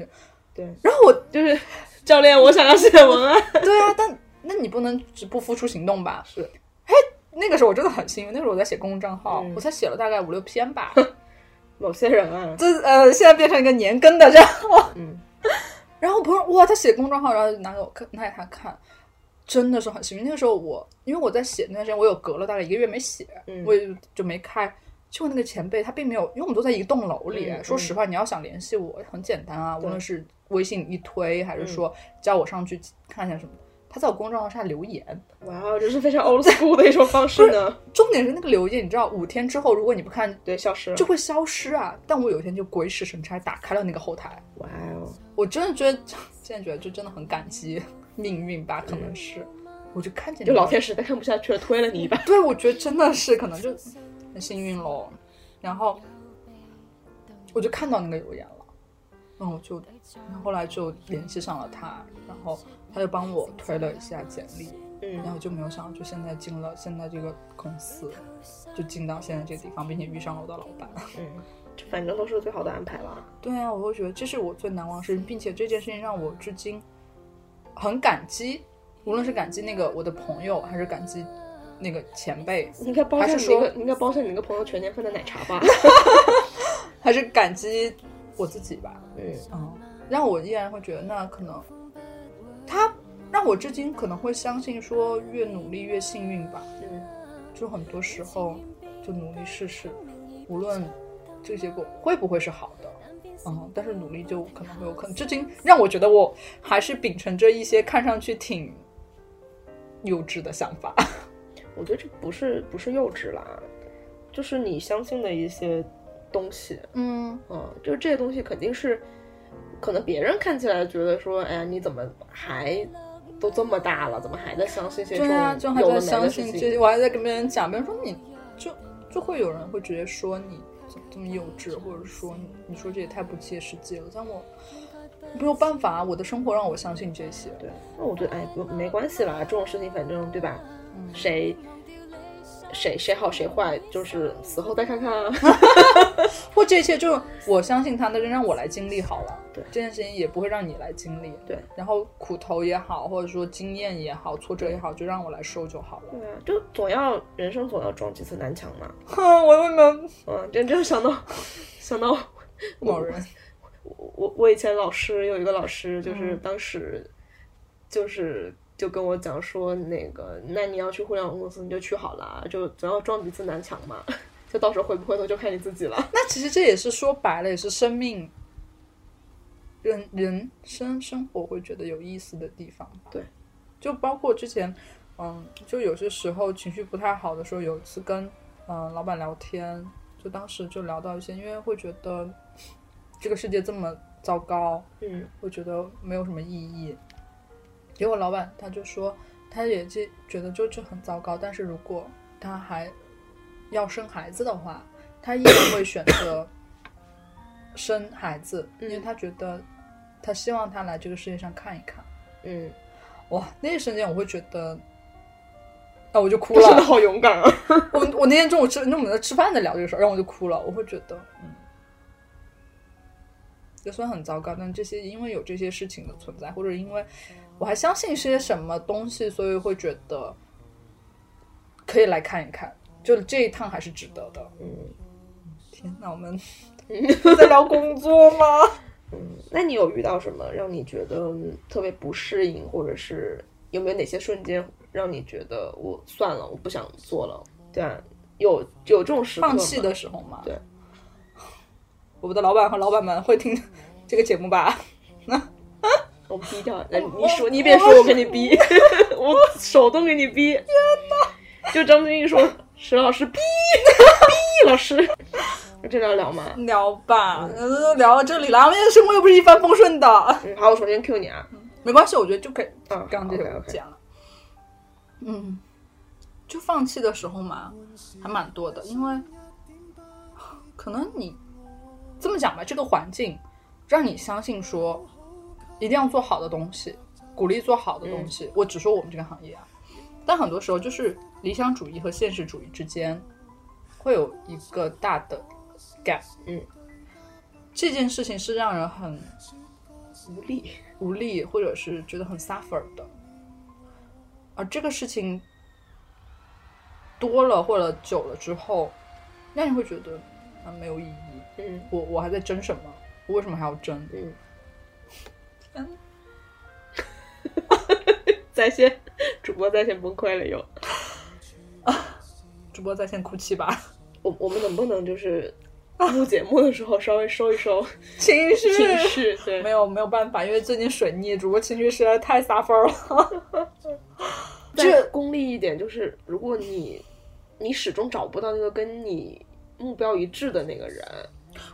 Speaker 3: 对， [LAUGHS]
Speaker 2: 然后我，
Speaker 3: 就是教练，我想要写文案。
Speaker 2: 对啊，但那你不能只不付出行动吧？
Speaker 3: 是，
Speaker 2: 那个时候我真的很幸运，那时候我在写公众账号，
Speaker 3: 嗯
Speaker 2: 我才写了大概五六篇吧。
Speaker 3: [LAUGHS]
Speaker 2: [LAUGHS]
Speaker 3: 某些人啊，
Speaker 2: 这呃，现在变成一个年更的账号。
Speaker 3: 嗯，
Speaker 2: 然后朋友哇，他写公众号，然后就拿给我看，拿给他看，真的是很幸运。那个时候我，因为我在写那段时间，我有隔了大概一个月没写，
Speaker 3: 嗯
Speaker 2: 我也就没开。结果那个前辈他并没有，因为我们都在一栋楼里。
Speaker 3: 嗯
Speaker 2: 说实话，你要想联系我很简单啊，无论是微信一推，还是
Speaker 3: 嗯
Speaker 2: 说叫我上去看一下什么的。他在我公众号下留言，
Speaker 3: 哇哦，这是非常 old school 的一种方式呢。
Speaker 2: 重点是那个留言，你知道，五天之后如果你不看
Speaker 3: 对，消失了
Speaker 2: 就。会消失啊。但我有一天就鬼使神差打开了那个后台，
Speaker 3: 哇哦，
Speaker 2: 我真的觉得，现在觉得就真的很感
Speaker 3: [LAUGHS]
Speaker 2: 激命运吧，可能是，我就看见
Speaker 3: 就
Speaker 2: 那
Speaker 3: 老
Speaker 2: 个
Speaker 3: 天实在看不下去了，推了你一把。
Speaker 2: 对，我觉得真的是可能就很幸运喽。然后我就看到那个留言了，然后我就，然后后来就联系上了他，然后他就帮我推了一下简历，然
Speaker 3: 嗯
Speaker 2: 后就没有想到就现在进了现在这个公司，就进到现在这个地方，并且遇上了我的老板。
Speaker 3: 嗯，这反正都是最好的安排了。
Speaker 2: 对啊，我会觉得这是我最难忘的事情，并且这件事情让我至今很感激，无论是感激那个我的朋友，还是感激那个前辈，
Speaker 3: 你应该包下
Speaker 2: 还
Speaker 3: 你
Speaker 2: 是
Speaker 3: 那
Speaker 2: 说
Speaker 3: 个，你应该包下你那个朋友全年份的奶茶
Speaker 2: [LAUGHS]
Speaker 3: 吧。
Speaker 2: 还是感激我自己吧。
Speaker 3: 嗯
Speaker 2: 嗯，让我依然会觉得，那可能他让我至今可能会相信说，越努力越幸运吧。
Speaker 3: 嗯
Speaker 2: 就很多时候就努力试试，无论这个结果会不会是好的，嗯，但是努力就可能会有可能。至今让我觉得我还是秉承着一些看上去挺幼稚的想法。 [LAUGHS]
Speaker 3: 我觉得这不是不是幼稚啦，就是你相信的一些东西。
Speaker 2: 嗯，
Speaker 3: 嗯，就是这些东西肯定是，可能别人看起来觉得说，哎呀，你怎么还都这么大了，怎么还在相信一些这
Speaker 2: 对啊，就
Speaker 3: 种
Speaker 2: 还
Speaker 3: 有
Speaker 2: 在
Speaker 3: 的没的
Speaker 2: 相
Speaker 3: 事
Speaker 2: 信这
Speaker 3: 情？
Speaker 2: 些，我还在跟别人讲，别人说你就就会有人会直接说你怎么这么幼稚，或者说你你说这也太不切实际了。但我没有办法，啊我的生活让我相信这些。
Speaker 3: 对，那我觉得哎，不没关系啦，这种事情反正对吧？
Speaker 2: 嗯
Speaker 3: 谁谁谁好谁坏，就是死后再看看啊。 [LAUGHS]
Speaker 2: 或这一切就我相信他，那就让我来经历好了。
Speaker 3: 对
Speaker 2: 这件事情也不会让你来经历。
Speaker 3: 对，
Speaker 2: 然后苦头也好，或者说经验也好，挫折也好，就让我来受就好了。
Speaker 3: 对啊，就总要人生总要撞几次南墙嘛。
Speaker 2: 哼，
Speaker 3: [LAUGHS]
Speaker 2: 我为什么
Speaker 3: 嗯，真真想到想到
Speaker 2: 某人？
Speaker 3: 我我我以前老师有一个老师，就是当时就是就跟我讲说，那个那你要去互联网公司，你就去好了，啊就总要撞几次南墙嘛， [LAUGHS] 就到时候回不回头就看你自己了。
Speaker 2: 那其实这也是说白了，也是生命、人人生生活会觉得有意思的地方吧。
Speaker 3: 对，
Speaker 2: 就包括之前，嗯，就有些时候情绪不太好的时候，有一次跟嗯老板聊天，就当时就聊到一些，因为会觉得这个世界这么糟糕，
Speaker 3: 嗯
Speaker 2: 我觉得没有什么意义。结果老板他就说，他也就觉得就这很糟糕，但是如果他还要生孩子的话，他依然会选择生孩子，因为他觉得他希望他来这个世界上看一看。
Speaker 3: 嗯，
Speaker 2: 哇，那一瞬间我会觉得。啊，我就哭
Speaker 3: 他真的
Speaker 2: 了。
Speaker 3: 好勇敢啊！
Speaker 2: 我我那天中午吃，那我们在吃饭在聊这个事儿，然后我就哭了。我会觉得，嗯，就算很糟糕，但这些因为有这些事情的存在，或者因为我还相信些什么东西，所以会觉得可以来看一看，就这一趟还是值得的。嗯，天哪，我们在聊工作吗？
Speaker 3: 那你有遇到什么让你觉得特别不适应，或者是有没有哪些瞬间让你觉得我算了，我不想做了？对啊，有有这种时刻吗
Speaker 2: 放弃的时候嘛，
Speaker 3: 对，
Speaker 2: 我们的老板和老板们会听这个节目吧？
Speaker 3: 我逼掉，哎，你说你别说，我给你逼， [LAUGHS] 我手动给你逼。天哪！就张钧一说，石老师逼逼老师，这聊聊吗？
Speaker 2: 聊吧，呃聊到这里了，我们的生活又不是一帆风顺的，
Speaker 3: 嗯，好，我重新 Q 你啊。
Speaker 2: 没关系，我觉得就可以
Speaker 3: 嗯，
Speaker 2: 刚这就
Speaker 3: OK，OK
Speaker 2: 讲了。嗯，就放弃的时候嘛，还蛮多的，因为可能你这么讲吧，这个环境让你相信说一定要做好的东西，鼓励做好的东西。
Speaker 3: 嗯
Speaker 2: 我只说我们这个行业啊，但很多时候就是理想主义和现实主义之间会有一个大的 gap。
Speaker 3: 嗯，
Speaker 2: 这件事情是让人很
Speaker 3: 无力。
Speaker 2: 无力，或者是觉得很 suffer 的。而这个事情多了或者久了之后，那你会觉得啊没有意义，
Speaker 3: 嗯
Speaker 2: 我我还在争什么？我为什么还要争？
Speaker 3: 嗯
Speaker 2: 天。
Speaker 3: [LAUGHS] 在线 [LAUGHS] 主播在线崩溃了又。
Speaker 2: 主播在线哭泣吧，
Speaker 3: 我我们能不能就是录节目的时候稍微收一收
Speaker 2: 情绪
Speaker 3: 情绪？对
Speaker 2: 没，有没有办法，因为最近水逆，主播情绪实在太 suffer 了。
Speaker 3: 这功利一点，就是如果你你始终找不到那个跟你目标一致的那个人，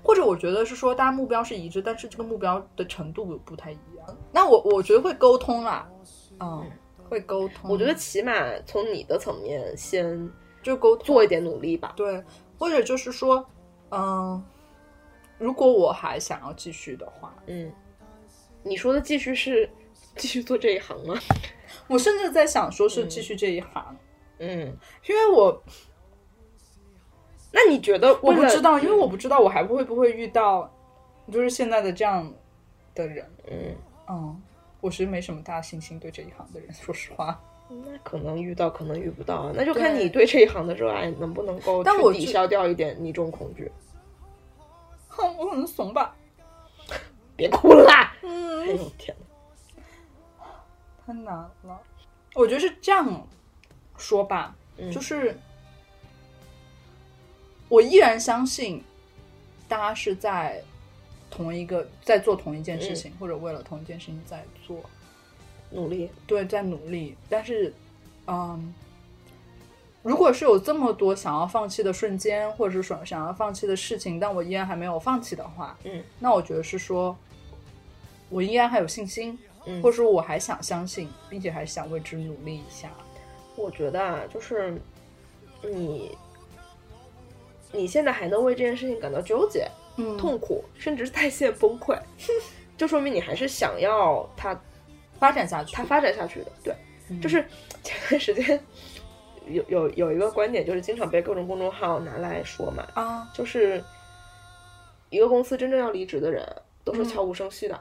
Speaker 2: 或者我觉得是说，大家目标是一致，但是这个目标的程度不不太一样。那我我觉得会沟通啦，嗯，会沟通。
Speaker 3: 我觉得起码从你的层面先
Speaker 2: 就沟通
Speaker 3: 做一点努力吧。
Speaker 2: 对，或者就是说，嗯，如果我还想要继续的话，
Speaker 3: 嗯，你说的继续是继续做这一行吗？
Speaker 2: 我甚至在想说是继续这一行，
Speaker 3: 嗯，
Speaker 2: 因为我
Speaker 3: [LAUGHS] 那你觉得
Speaker 2: 我
Speaker 3: 为
Speaker 2: 不
Speaker 3: 了
Speaker 2: 知道，因为我不知道我还会不会遇到，就是现在的这样的人，
Speaker 3: 嗯，
Speaker 2: 嗯。我是没什么大信心对这一行的人，说实话。 [LAUGHS]
Speaker 3: 那可能遇到，可能遇不到，啊那就看
Speaker 2: 对
Speaker 3: 你对这一行的热爱能不能够
Speaker 2: 但我
Speaker 3: 去抵
Speaker 2: 就
Speaker 3: 消掉一点你这种恐惧。
Speaker 2: 哼，我可能怂吧。
Speaker 3: 别哭了啦！哎
Speaker 2: 嗯，
Speaker 3: 呦天哪！
Speaker 2: 太难了。我觉得是这样说吧，
Speaker 3: 嗯
Speaker 2: 就是我依然相信大家是在同一个在做同一件事情，或者为了同一件事情在做，
Speaker 3: 努力，
Speaker 2: 对，在努力。但是，嗯，如果是有这么多想要放弃的瞬间，或者是想想要放弃的事情，但我依然还没有放弃的话，
Speaker 3: 嗯
Speaker 2: 那我觉得是说，我依然还有信心，
Speaker 3: 嗯
Speaker 2: 或者说我还想相信，并且还想为之努力一下。
Speaker 3: 我觉得啊，就是你你现在还能为这件事情感到纠结，
Speaker 2: 嗯
Speaker 3: 痛苦，甚至是在线崩溃， [LAUGHS] 就说明你还是想要它
Speaker 2: 发展下去，
Speaker 3: 它发展下去的。对，
Speaker 2: 嗯
Speaker 3: 就是 [LAUGHS] 前段时间有有有一个观点，就是经常被各种公众号拿来说嘛，
Speaker 2: 啊，
Speaker 3: 就是一个公司真正要离职的人，都是
Speaker 2: 嗯
Speaker 3: 悄无声息的，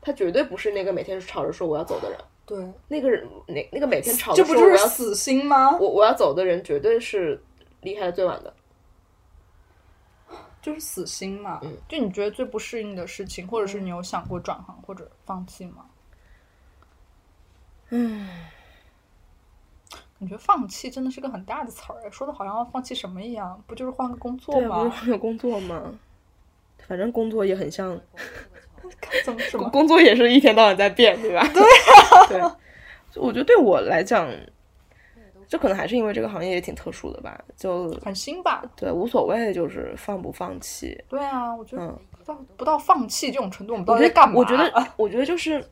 Speaker 3: 他绝对不是那个每天吵着说我要走的人。
Speaker 2: 对，
Speaker 3: 那个人，那那个每天吵着
Speaker 2: 这不
Speaker 3: 说
Speaker 2: 就
Speaker 3: 我
Speaker 2: 是
Speaker 3: 要
Speaker 2: 死心吗？
Speaker 3: 我我要走的人绝对是离开的最晚的。
Speaker 2: 就是死心嘛。
Speaker 3: 嗯
Speaker 2: 就你觉得最不适应的事情，或者是你有想过转行或者放弃吗？嗯，感觉放弃真的是个很大的词儿，啊说的好像要放弃什么一样，不就是换个工作
Speaker 3: 对啊不是
Speaker 2: 吗？
Speaker 3: 换个工作吗？反正工作也很像，
Speaker 2: 怎么什
Speaker 3: 工
Speaker 2: 么？
Speaker 3: [LAUGHS] 工作也是一天到晚在变，对吧？对、 [LAUGHS] 对，就我觉得对我来讲，这可能还是因为这个行业也挺特殊的吧，就
Speaker 2: 很新吧？
Speaker 3: 对无所谓，就是放不放弃。
Speaker 2: 对啊，我觉得
Speaker 3: 嗯
Speaker 2: 不到、不到放弃这种程度，我们到
Speaker 3: 我
Speaker 2: 底
Speaker 3: 觉
Speaker 2: 在干
Speaker 3: 得，
Speaker 2: 嘛？啊
Speaker 3: 我觉得，
Speaker 2: [LAUGHS]
Speaker 3: 我觉得就是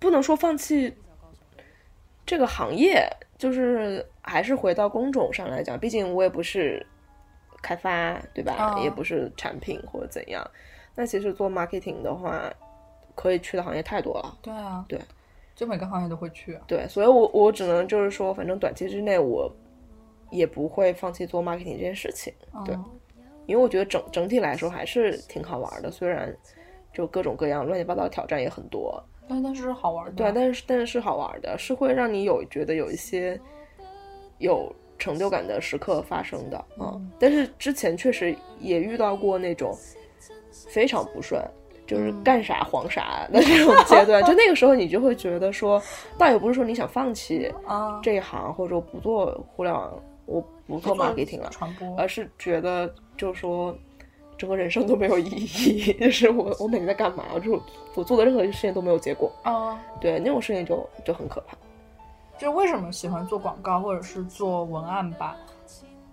Speaker 3: 不能说放弃这个行业，就是还是回到工种上来讲，毕竟我也不是开发，对吧？
Speaker 2: 嗯
Speaker 3: 也不是产品或者怎样。那其实做 marketing 的话，可以去的行业太多了。
Speaker 2: 对啊，
Speaker 3: 对，
Speaker 2: 就每个行业都会去。
Speaker 3: 对，所以我我只能就是说，反正短期之内我也不会放弃做 marketing 这件事情，对
Speaker 2: 嗯
Speaker 3: 因为我觉得整整体来说还是挺好玩的，虽然就各种各样乱七八糟的挑战也很多，
Speaker 2: 但但是是好玩的。
Speaker 3: 对啊，但是但是是好玩的，是会让你有觉得有一些有成就感的时刻发生的啊、嗯。但是之前确实也遇到过那种非常不顺，就是干啥黄啥的这种阶段。就那个时候，你就会觉得说，倒也不是说你想放弃
Speaker 2: 啊
Speaker 3: 这一行，或者我不做互联网，我不做 marketing 了，
Speaker 2: 传播
Speaker 3: 而是觉得就说。整个人生都没有意义， [LAUGHS] 就是我我每天在干嘛？就是我做的任何事情都没有结果。
Speaker 2: 啊，
Speaker 3: 对，那种事情就就很可怕。
Speaker 2: 就为什么喜欢做广告或者是做文案吧？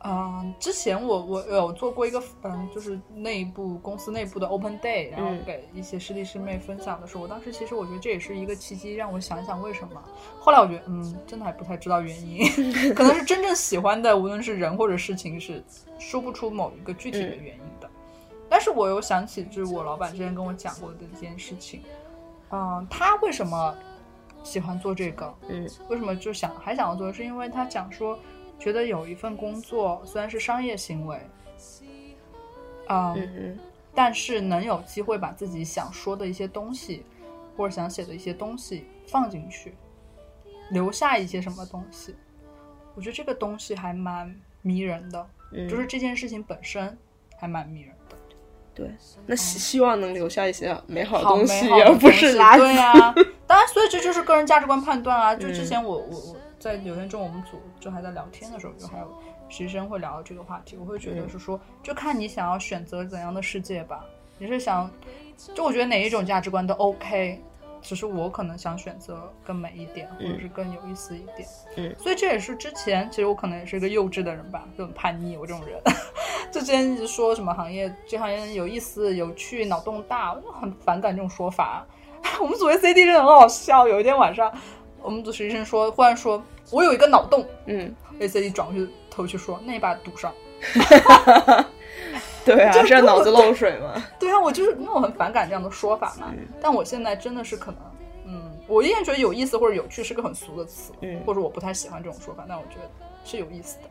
Speaker 2: 嗯，之前我我有做过一个，嗯，就是内部公司内部的 open day，然后给一些师弟师妹分享的时候，我当时其实我觉得这也是一个契机，让我想想为什么。后来我觉得，嗯，真的还不太知道原因，可能是真正喜欢的，无论是人或者事情，是说不出某一个具体的原因的。但是我又想起，就是我老板之前跟我讲过的一件事情，嗯、他为什么喜欢做这个？
Speaker 3: 嗯
Speaker 2: 为什么就想还想要做？是因为他讲说，觉得有一份工作虽然是商业行为，嗯，
Speaker 3: 嗯
Speaker 2: 但是能有机会把自己想说的一些东西，或者想写的一些东西放进去，留下一些什么东西，我觉得这个东西还蛮迷人的，
Speaker 3: 嗯，
Speaker 2: 就是这件事情本身还蛮迷人的。
Speaker 3: 对。那希希望能留下一些美好的
Speaker 2: 好
Speaker 3: 东
Speaker 2: 美
Speaker 3: 西，
Speaker 2: 好的
Speaker 3: 而
Speaker 2: 东
Speaker 3: 不是
Speaker 2: 西
Speaker 3: 垃
Speaker 2: 对
Speaker 3: 圾。
Speaker 2: 啊，当然，所以这就是个人价值观判断啊。就之
Speaker 3: 嗯
Speaker 2: 前我我我在聊天中，我们组就还在聊天的时候，就还有实习生会聊到这个话题，我会觉得
Speaker 3: 嗯
Speaker 2: 是说，就看你想要选择怎样的世界吧。你是想，就我觉得哪一种价值观都 OK，只是我可能想选择更美一点，或者是更有意思一点。
Speaker 3: 嗯
Speaker 2: 所以这也是之前，其实我可能也是一个幼稚的人吧，就很叛逆，我这种人。 [LAUGHS] 就之前一直说什么行业，这行业有意思、有趣、脑洞大，我就很反感这种说法。 [LAUGHS] 我们组的 CD 真的很好笑。有一天晚上，我们组实习生说，忽然说我有一个脑洞
Speaker 3: 嗯，
Speaker 2: 被 CD 转过去头去说，那你把它堵上。
Speaker 3: 对啊，
Speaker 2: 就是是
Speaker 3: 脑子漏水
Speaker 2: [LAUGHS]
Speaker 3: 嘛。
Speaker 2: 对啊，我就是因为我很反感这样的说法嘛。但我现在真的是可能，嗯，我依然觉得有意思或者有趣是个很俗的词，
Speaker 3: 嗯
Speaker 2: 或者我不太喜欢这种说法，但我觉得是有意思的，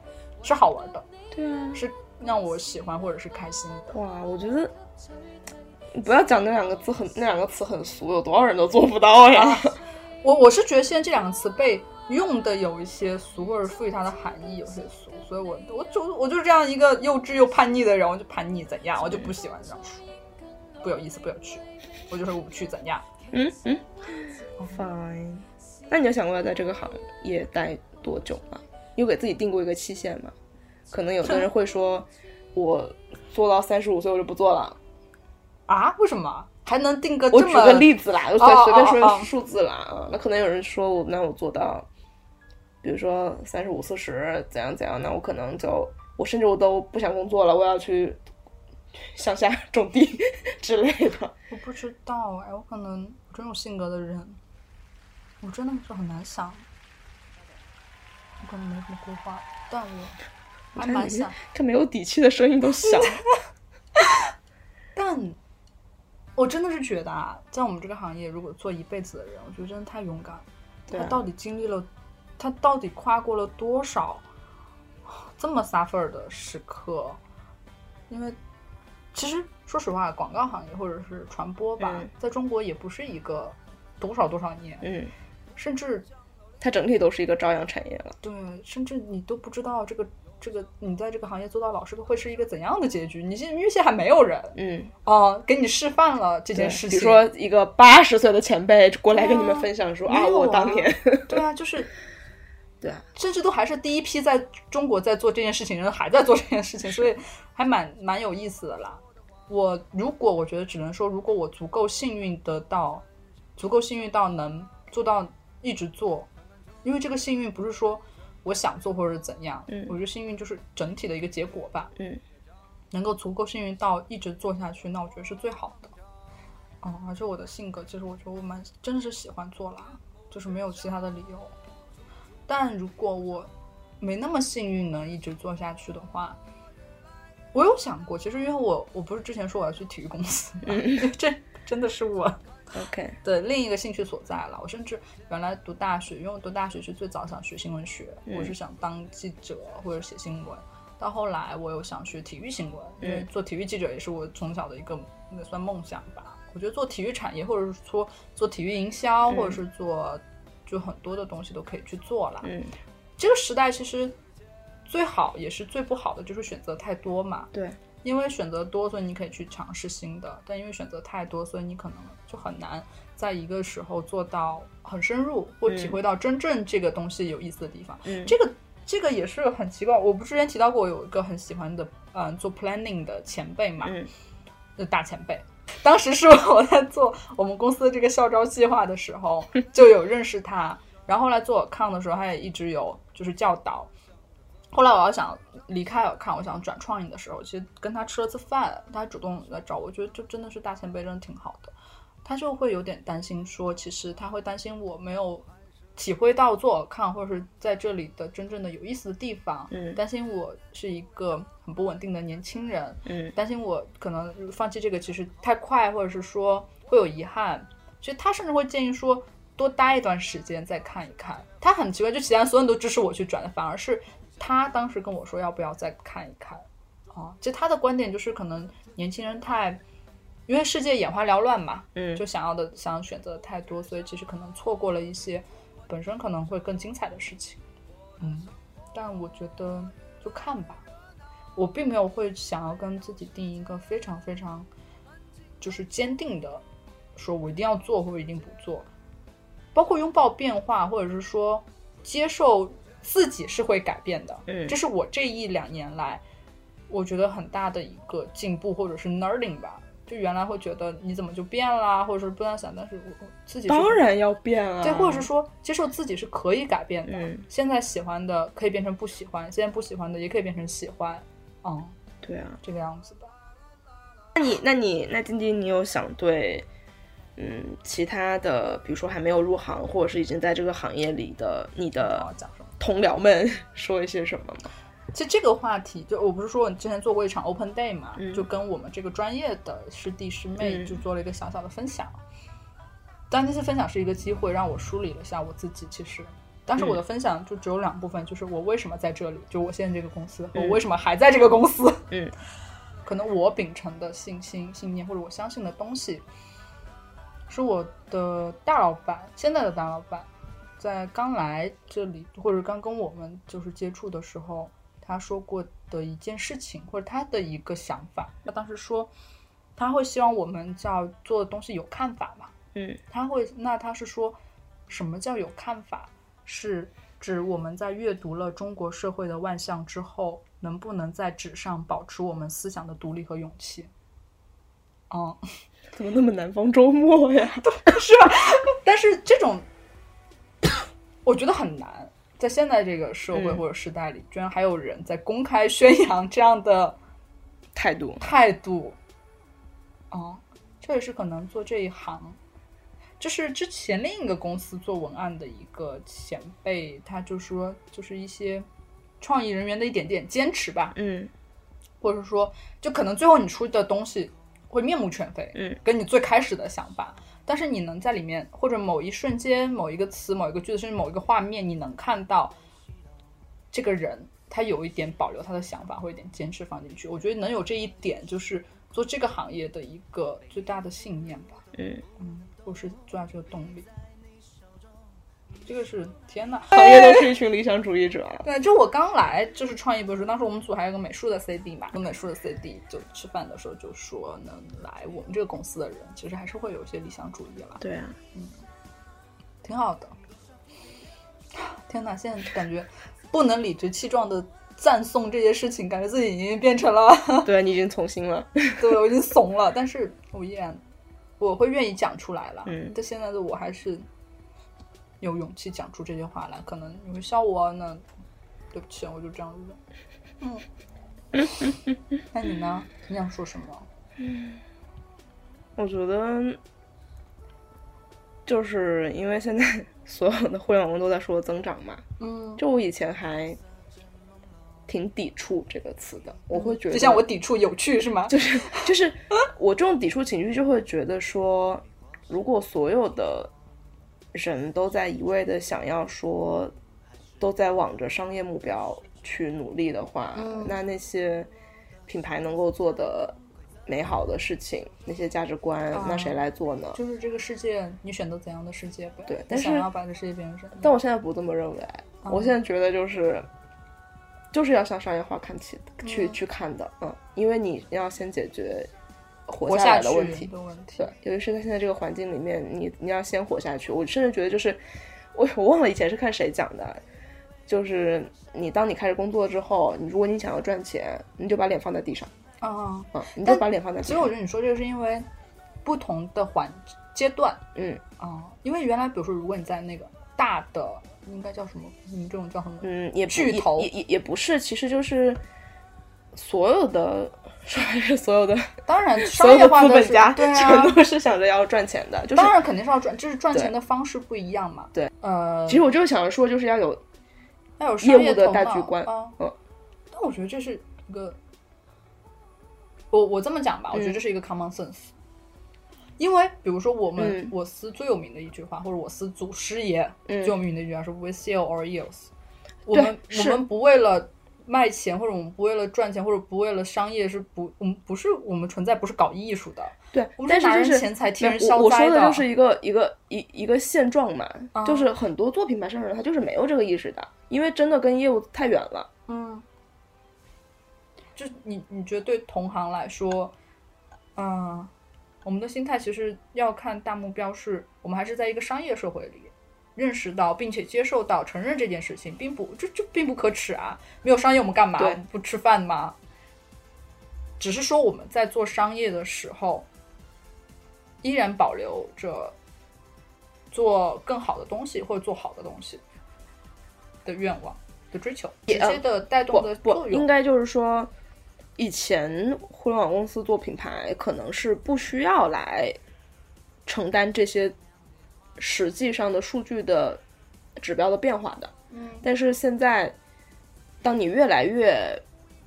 Speaker 2: 是好玩的，
Speaker 3: 对啊。
Speaker 2: 是让我喜欢或者是开心的。
Speaker 3: 哇，我觉得你不要讲那两个字很那两个词很俗，有多少人都做不到呀？
Speaker 2: 我我是觉得现在这两个词被用的有一些俗，或者赋予它的含义有些俗，所以我我就我就是这样一个幼稚又叛逆的人，我就叛逆怎样，我就不喜欢这样说，不有意思不有趣，我就是无趣怎样。
Speaker 3: 嗯嗯，fine。那你 [LAUGHS] 有想过要在这个行业待多久吗？你有给自己定过一个期限吗？可能有的人会说，我做到三十五岁我就不做了。
Speaker 2: 啊？为什么还能定个这
Speaker 3: [LAUGHS] 我
Speaker 2: 么？
Speaker 3: 举个例子啦，就随
Speaker 2: 哦
Speaker 3: 随便说
Speaker 2: 哦
Speaker 3: 个
Speaker 2: 哦
Speaker 3: 数字啦啊。那可能有人说我，那我做到，比如说三十五、四十怎样怎样，那我可能就我甚至我都不想工作了，我要去乡下种地 [LAUGHS] 之类的。
Speaker 2: 我不知道哎，我可能我这种性格的人，我真的是很难想，我可能没什么规划，但我还
Speaker 3: 看
Speaker 2: 蛮
Speaker 3: 你
Speaker 2: 想，
Speaker 3: 这没有底气的声音都小。
Speaker 2: 但我真的是觉得啊，在我们这个行业，如果做一辈子的人，我觉得真的太勇敢了。
Speaker 3: 对
Speaker 2: 他
Speaker 3: 啊
Speaker 2: 到底经历了，他到底跨过了多少这么 suffer 的时刻？因为其实说实话，广告行业或者是传播吧，
Speaker 3: 嗯
Speaker 2: 在中国也不是一个多少多少年，
Speaker 3: 嗯，
Speaker 2: 甚至
Speaker 3: 它整体都是一个朝阳产业了。
Speaker 2: 对，甚至你都不知道这个这个你在这个行业做到老师会是一个怎样的结局。你现因为现在还没有人
Speaker 3: 嗯，
Speaker 2: 哦、给你示范了这
Speaker 3: 对
Speaker 2: 件事情，
Speaker 3: 比如说一个八十岁的前辈过来
Speaker 2: 对
Speaker 3: 跟
Speaker 2: 啊
Speaker 3: 你们分享说
Speaker 2: 没
Speaker 3: 啊，
Speaker 2: 有
Speaker 3: 我
Speaker 2: 啊
Speaker 3: 当年
Speaker 2: [LAUGHS] 对啊，就是
Speaker 3: [LAUGHS] 对啊，
Speaker 2: 甚至都还是第一批在中国在做这件事情，人还在做这件事情，所以还蛮蛮有意思的啦。我如果我觉得只能说，如果我足够幸运得到，足够幸运到能做到一直做，因为这个幸运不是说我想做或者怎样，
Speaker 3: 嗯
Speaker 2: 我觉得幸运就是整体的一个结果吧。
Speaker 3: 嗯，
Speaker 2: 能够足够幸运到一直做下去，那我觉得是最好的。嗯，而且我的性格，其实我觉得我蛮真的是喜欢做啦，就是没有其他的理由。但如果我没那么幸运能一直做下去的话，我有想过，其实因为我我不是之前说我要去体育公司吗，因为 [LAUGHS] 这真的是我
Speaker 3: OK，
Speaker 2: 的另一个兴趣所在了。我甚至原来读大学，因为我读大学是最早想学新闻学，
Speaker 3: 嗯
Speaker 2: 我是想当记者或者写新闻。到后来，我有想学体育新闻，因为
Speaker 3: 嗯
Speaker 2: 做体育记者也是我从小的一个那算梦想吧。我觉得做体育产业，或者是说做体育营销，或者是做就很多的东西都可以去做了。
Speaker 3: 嗯嗯，
Speaker 2: 这个时代其实最好也是最不好的就是选择太多嘛，
Speaker 3: 对，
Speaker 2: 因为选择多，所以你可以去尝试新的；但因为选择太多，所以你可能就很难在一个时候做到很深入，或体会到真正这个东西有意思的地方。
Speaker 3: 嗯
Speaker 2: 这个这个也是很奇怪。我不之前提到过，我有一个很喜欢的，嗯、做 planning 的前辈嘛，
Speaker 3: 嗯
Speaker 2: 的大前辈。当时是我在做我们公司的这个校招计划的时候，就有认识他。然后后来做尔康的时候，他也一直有就是教导。后来我要想离开尔康，我想转创意的时候，其实跟他吃了次饭，他主动来找我，我觉得就真的是大前辈，真的挺好的。他就会有点担心说，其实他会担心我没有体会到做尔康或者是在这里的真正的有意思的地方，
Speaker 3: 嗯
Speaker 2: 担心我是一个很不稳定的年轻人，
Speaker 3: 嗯
Speaker 2: 担心我可能放弃这个其实太快，或者是说会有遗憾。其实他甚至会建议说，多待一段时间再看一看。他很奇怪，就其他所有人都支持我去转，反而是他当时跟我说要不要再看一看。啊，其实他的观点就是，可能年轻人太，因为世界眼花缭乱嘛，
Speaker 3: 嗯
Speaker 2: 就想要的想要选择的太多，所以其实可能错过了一些本身可能会更精彩的事情。嗯，但我觉得就看吧，我并没有会想要跟自己定一个非常非常就是坚定的，说我一定要做或者一定不做，包括拥抱变化，或者是说接受自己是会改变的。
Speaker 3: 嗯
Speaker 2: 这是我这一两年来我觉得很大的一个进步，或者是 nerding 吧。就原来会觉得你怎么就变啦，或者是不敢想，但是我我自己是
Speaker 3: 当然要变啊，
Speaker 2: 对，或者是说接受自己是可以改变的。
Speaker 3: 嗯
Speaker 2: 现在喜欢的可以变成不喜欢，现在不喜欢的也可以变成喜欢，嗯，
Speaker 3: 对啊，
Speaker 2: 这个样子吧。
Speaker 3: 那你那你那晶晶，你有想对嗯其他的，比如说还没有入行，或者是已经在这个行业里的你
Speaker 2: 我要
Speaker 3: 的
Speaker 2: 讲什么？
Speaker 3: 同僚们 [LAUGHS] 说一些什么吗？
Speaker 2: 其实这个话题，就我不是说我之前做过一场 open day 嘛，
Speaker 3: 嗯
Speaker 2: 就跟我们这个专业的师弟师妹
Speaker 3: 嗯
Speaker 2: 就做了一个小小的分享。但那次分享是一个机会，让我梳理了一下我自己。其实当时
Speaker 3: 嗯
Speaker 2: 我的分享就只有两部分，就是我为什么在这里，就我现在这个公司，和
Speaker 3: 嗯
Speaker 2: 我为什么还在这个公司。
Speaker 3: 嗯，
Speaker 2: [LAUGHS] 可能我秉承的信心、信念或者我相信的东西，是我的大老板，现在的大老板，在刚来这里或者刚跟我们就是接触的时候，他说过的一件事情，或者他的一个想法。他当时说，他会希望我们叫做的东西有看法嘛？
Speaker 3: 嗯，
Speaker 2: 他会，那他是说，什么叫有看法？是指我们在阅读了中国社会的万象之后，能不能在纸上保持我们思想的独立和勇气？嗯，
Speaker 3: 怎么那么南方周末呀？ [LAUGHS]
Speaker 2: 但是这种，我觉得很难，在现在这个社会
Speaker 3: 嗯
Speaker 2: 或者时代里，居然还有人在公开宣扬这样的
Speaker 3: 态度，
Speaker 2: 态度。哦，这也是可能做这一行，就是之前另一个公司做文案的一个前辈，他就说，就是一些创意人员的一点点坚持吧，
Speaker 3: 嗯
Speaker 2: 或者说，就可能最后你出的东西会面目全非，
Speaker 3: 嗯，
Speaker 2: 跟你最开始的想法，但是你能在里面或者某一瞬间、某一个词、某一个句子，甚至某一个画面，你能看到这个人他有一点保留他的想法，或者一点坚持放进去。我觉得能有这一点，就是做这个行业的一个最大的信念吧，
Speaker 3: 嗯，
Speaker 2: 嗯，或是最大这个动力。这个是天呐，
Speaker 3: 行业都是一群理想主义者啊。
Speaker 2: 对，就我刚来就是创业的时候，当时我们组还有个美术的 CD 嘛，跟美术的 CD 就吃饭的时候就说，能来我们这个公司的人，其实还是会有一些理想主义啦，
Speaker 3: 对啊，
Speaker 2: 挺好的。天哪，现在感觉不能理直气壮的赞颂这些事情，感觉自己已经变成了，
Speaker 3: 啊对你已经从心了。 [LAUGHS]
Speaker 2: 对我已经怂了，但是我依然我会愿意讲出来了。
Speaker 3: 嗯
Speaker 2: 但现在的我还是有勇气讲出这些话来，可能你会笑我呢，那对不起，啊我就这样认。嗯， [LAUGHS] 那你呢？你想说什么？
Speaker 3: 我觉得，就是因为现在 [LAUGHS] 所有的互联网都在说增长嘛，
Speaker 2: 嗯，
Speaker 3: 就我以前还挺抵触这个词的，我会觉得，
Speaker 2: 就像我抵触有趣是吗？
Speaker 3: 就是就是我这种抵触情绪，就会觉得说，如果所有的人都在一味的想要说，都在往着商业目标去努力的话，
Speaker 2: 嗯
Speaker 3: 那那些品牌能够做的美好的事情，那些价值观，
Speaker 2: 啊
Speaker 3: 那谁来做呢？
Speaker 2: 就是这个世界，你选择怎样的世界呗。
Speaker 3: 对
Speaker 2: 你
Speaker 3: 但是
Speaker 2: 想要把这世界变成什么样？
Speaker 3: 但我现在不这么认为，
Speaker 2: 嗯
Speaker 3: 我现在觉得就是，就是要向商业化看齐，去、去看的，嗯，因为你要先解决活
Speaker 2: 嗯活
Speaker 3: 下来
Speaker 2: 下
Speaker 3: 的
Speaker 2: 去
Speaker 3: 问题，
Speaker 2: 的问题
Speaker 3: 对，，尤其是在现在这个环境里面，你你要先活下去。我甚至觉得就是，我我忘了以前是看谁讲的，就是你当你开始工作之后，你如果你想要赚钱，你就把脸放在地上，
Speaker 2: 啊。
Speaker 3: 嗯，你就
Speaker 2: 但
Speaker 3: 把脸放在地
Speaker 2: 其实我
Speaker 3: 上
Speaker 2: 觉，得你说这个是因为不同的环阶段
Speaker 3: 嗯
Speaker 2: 啊、因为原来比如说，如果你在那个大的应该叫什么，你们这种叫什么？
Speaker 3: 嗯，也不
Speaker 2: 巨
Speaker 3: 也
Speaker 2: 头
Speaker 3: 也也也不是，其实就是所有的。 [LAUGHS] 所有的
Speaker 2: 当然，
Speaker 3: [LAUGHS] 所
Speaker 2: 商
Speaker 3: 有
Speaker 2: 业
Speaker 3: 的
Speaker 2: 化
Speaker 3: 资
Speaker 2: 的
Speaker 3: 本
Speaker 2: 是
Speaker 3: 家
Speaker 2: 对啊
Speaker 3: 全，都是想着要赚钱的，就是
Speaker 2: 当然肯定是要赚，就是赚
Speaker 3: 对
Speaker 2: 钱的方式不一样嘛。
Speaker 3: 对，
Speaker 2: 呃，
Speaker 3: 其实我就是想着说，就是要有
Speaker 2: 要有
Speaker 3: 业
Speaker 2: 商
Speaker 3: 务的
Speaker 2: 头
Speaker 3: 大
Speaker 2: 脑
Speaker 3: 局观
Speaker 2: 啊。
Speaker 3: 嗯
Speaker 2: 但我觉得这是一个，我我这么讲吧，我觉得
Speaker 3: 嗯
Speaker 2: 这是一个 common sense。因为比如说我们、
Speaker 3: 嗯
Speaker 2: 我司最有名的一句话，或者我司祖师爷
Speaker 3: 嗯
Speaker 2: 最有名的一句话是 “We sell our yields”。我
Speaker 3: 对
Speaker 2: 们我
Speaker 3: 是
Speaker 2: 们不为了卖钱，或者我们不为了赚钱，或者不为了商业，是不我们不是我们存在不是搞艺术的，
Speaker 3: 对
Speaker 2: 我，们
Speaker 3: 但
Speaker 2: 是拿
Speaker 3: 是就
Speaker 2: 人
Speaker 3: 是
Speaker 2: 钱财替
Speaker 3: 没
Speaker 2: 人
Speaker 3: 有
Speaker 2: 消
Speaker 3: 我我
Speaker 2: 灾
Speaker 3: 说
Speaker 2: 的
Speaker 3: 的就是一个一个一一个现状嘛，
Speaker 2: 啊
Speaker 3: 就是很多作品牌商人他就是没有这个意识的，因为真的跟业务太远了。
Speaker 2: 嗯，就是你你觉得对同行来说，嗯，我们的心态其实要看大目标是，我们还是在一个商业社会里认识到并且接受到承认这件事情，并不这这并不可耻啊！没有商业我们干嘛？
Speaker 3: 对
Speaker 2: 我们不吃饭吗？只是说我们在做商业的时候，依然保留着做更好的东西或者做好的东西的愿望的追求，直
Speaker 3: 也
Speaker 2: 接的带
Speaker 3: 不
Speaker 2: 动的
Speaker 3: 不，
Speaker 2: 作
Speaker 3: 应
Speaker 2: 用。
Speaker 3: 该就是说，以前互联网公司做品牌可能是不需要来承担这些实际上的数据的指标的变化的，
Speaker 2: 嗯
Speaker 3: 但是现在，当你越来越，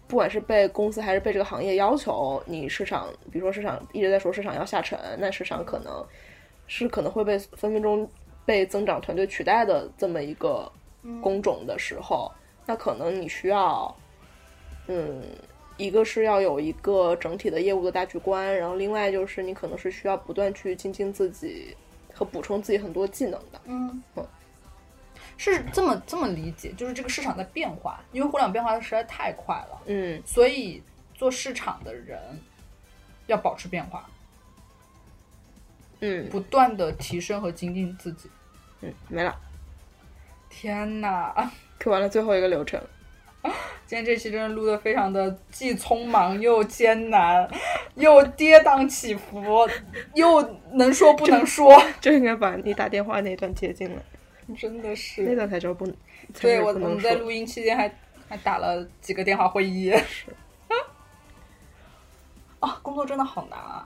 Speaker 3: 不管是被公司还是被这个行业要求，你市场，比如说市场一直在说市场要下沉，那市场可能是可能会被分分钟被增长团队取代的这么一个
Speaker 2: 嗯
Speaker 3: 工种的时候，那可能你需要，嗯。一个是要有一个整体的业务的大局观，然后另外就是你可能是需要不断去精进自己和补充自己很多技能的。
Speaker 2: 嗯
Speaker 3: 嗯，
Speaker 2: 是这么这么理解，就是这个市场在变化，因为互联网变化的实在太快了，
Speaker 3: 嗯，
Speaker 2: 所以做市场的人要保持变化，
Speaker 3: 嗯
Speaker 2: 不断的提升和精进自己。
Speaker 3: 嗯，没了。
Speaker 2: 天哪， [LAUGHS]
Speaker 3: Q 完了最后一个流程， [LAUGHS]
Speaker 2: 今天这期真的录的非常的既匆忙又艰难，又跌宕起伏，又能说不能说，
Speaker 3: 就应该把你打电话那段接进来，
Speaker 2: [LAUGHS] 真的
Speaker 3: 那
Speaker 2: 是。
Speaker 3: 段才叫不，才
Speaker 2: 对
Speaker 3: 是
Speaker 2: 我，我
Speaker 3: 不能
Speaker 2: 们在
Speaker 3: 说。
Speaker 2: 录音期间还还打了几个电话会议。 [LAUGHS] 啊，工作真的好难啊！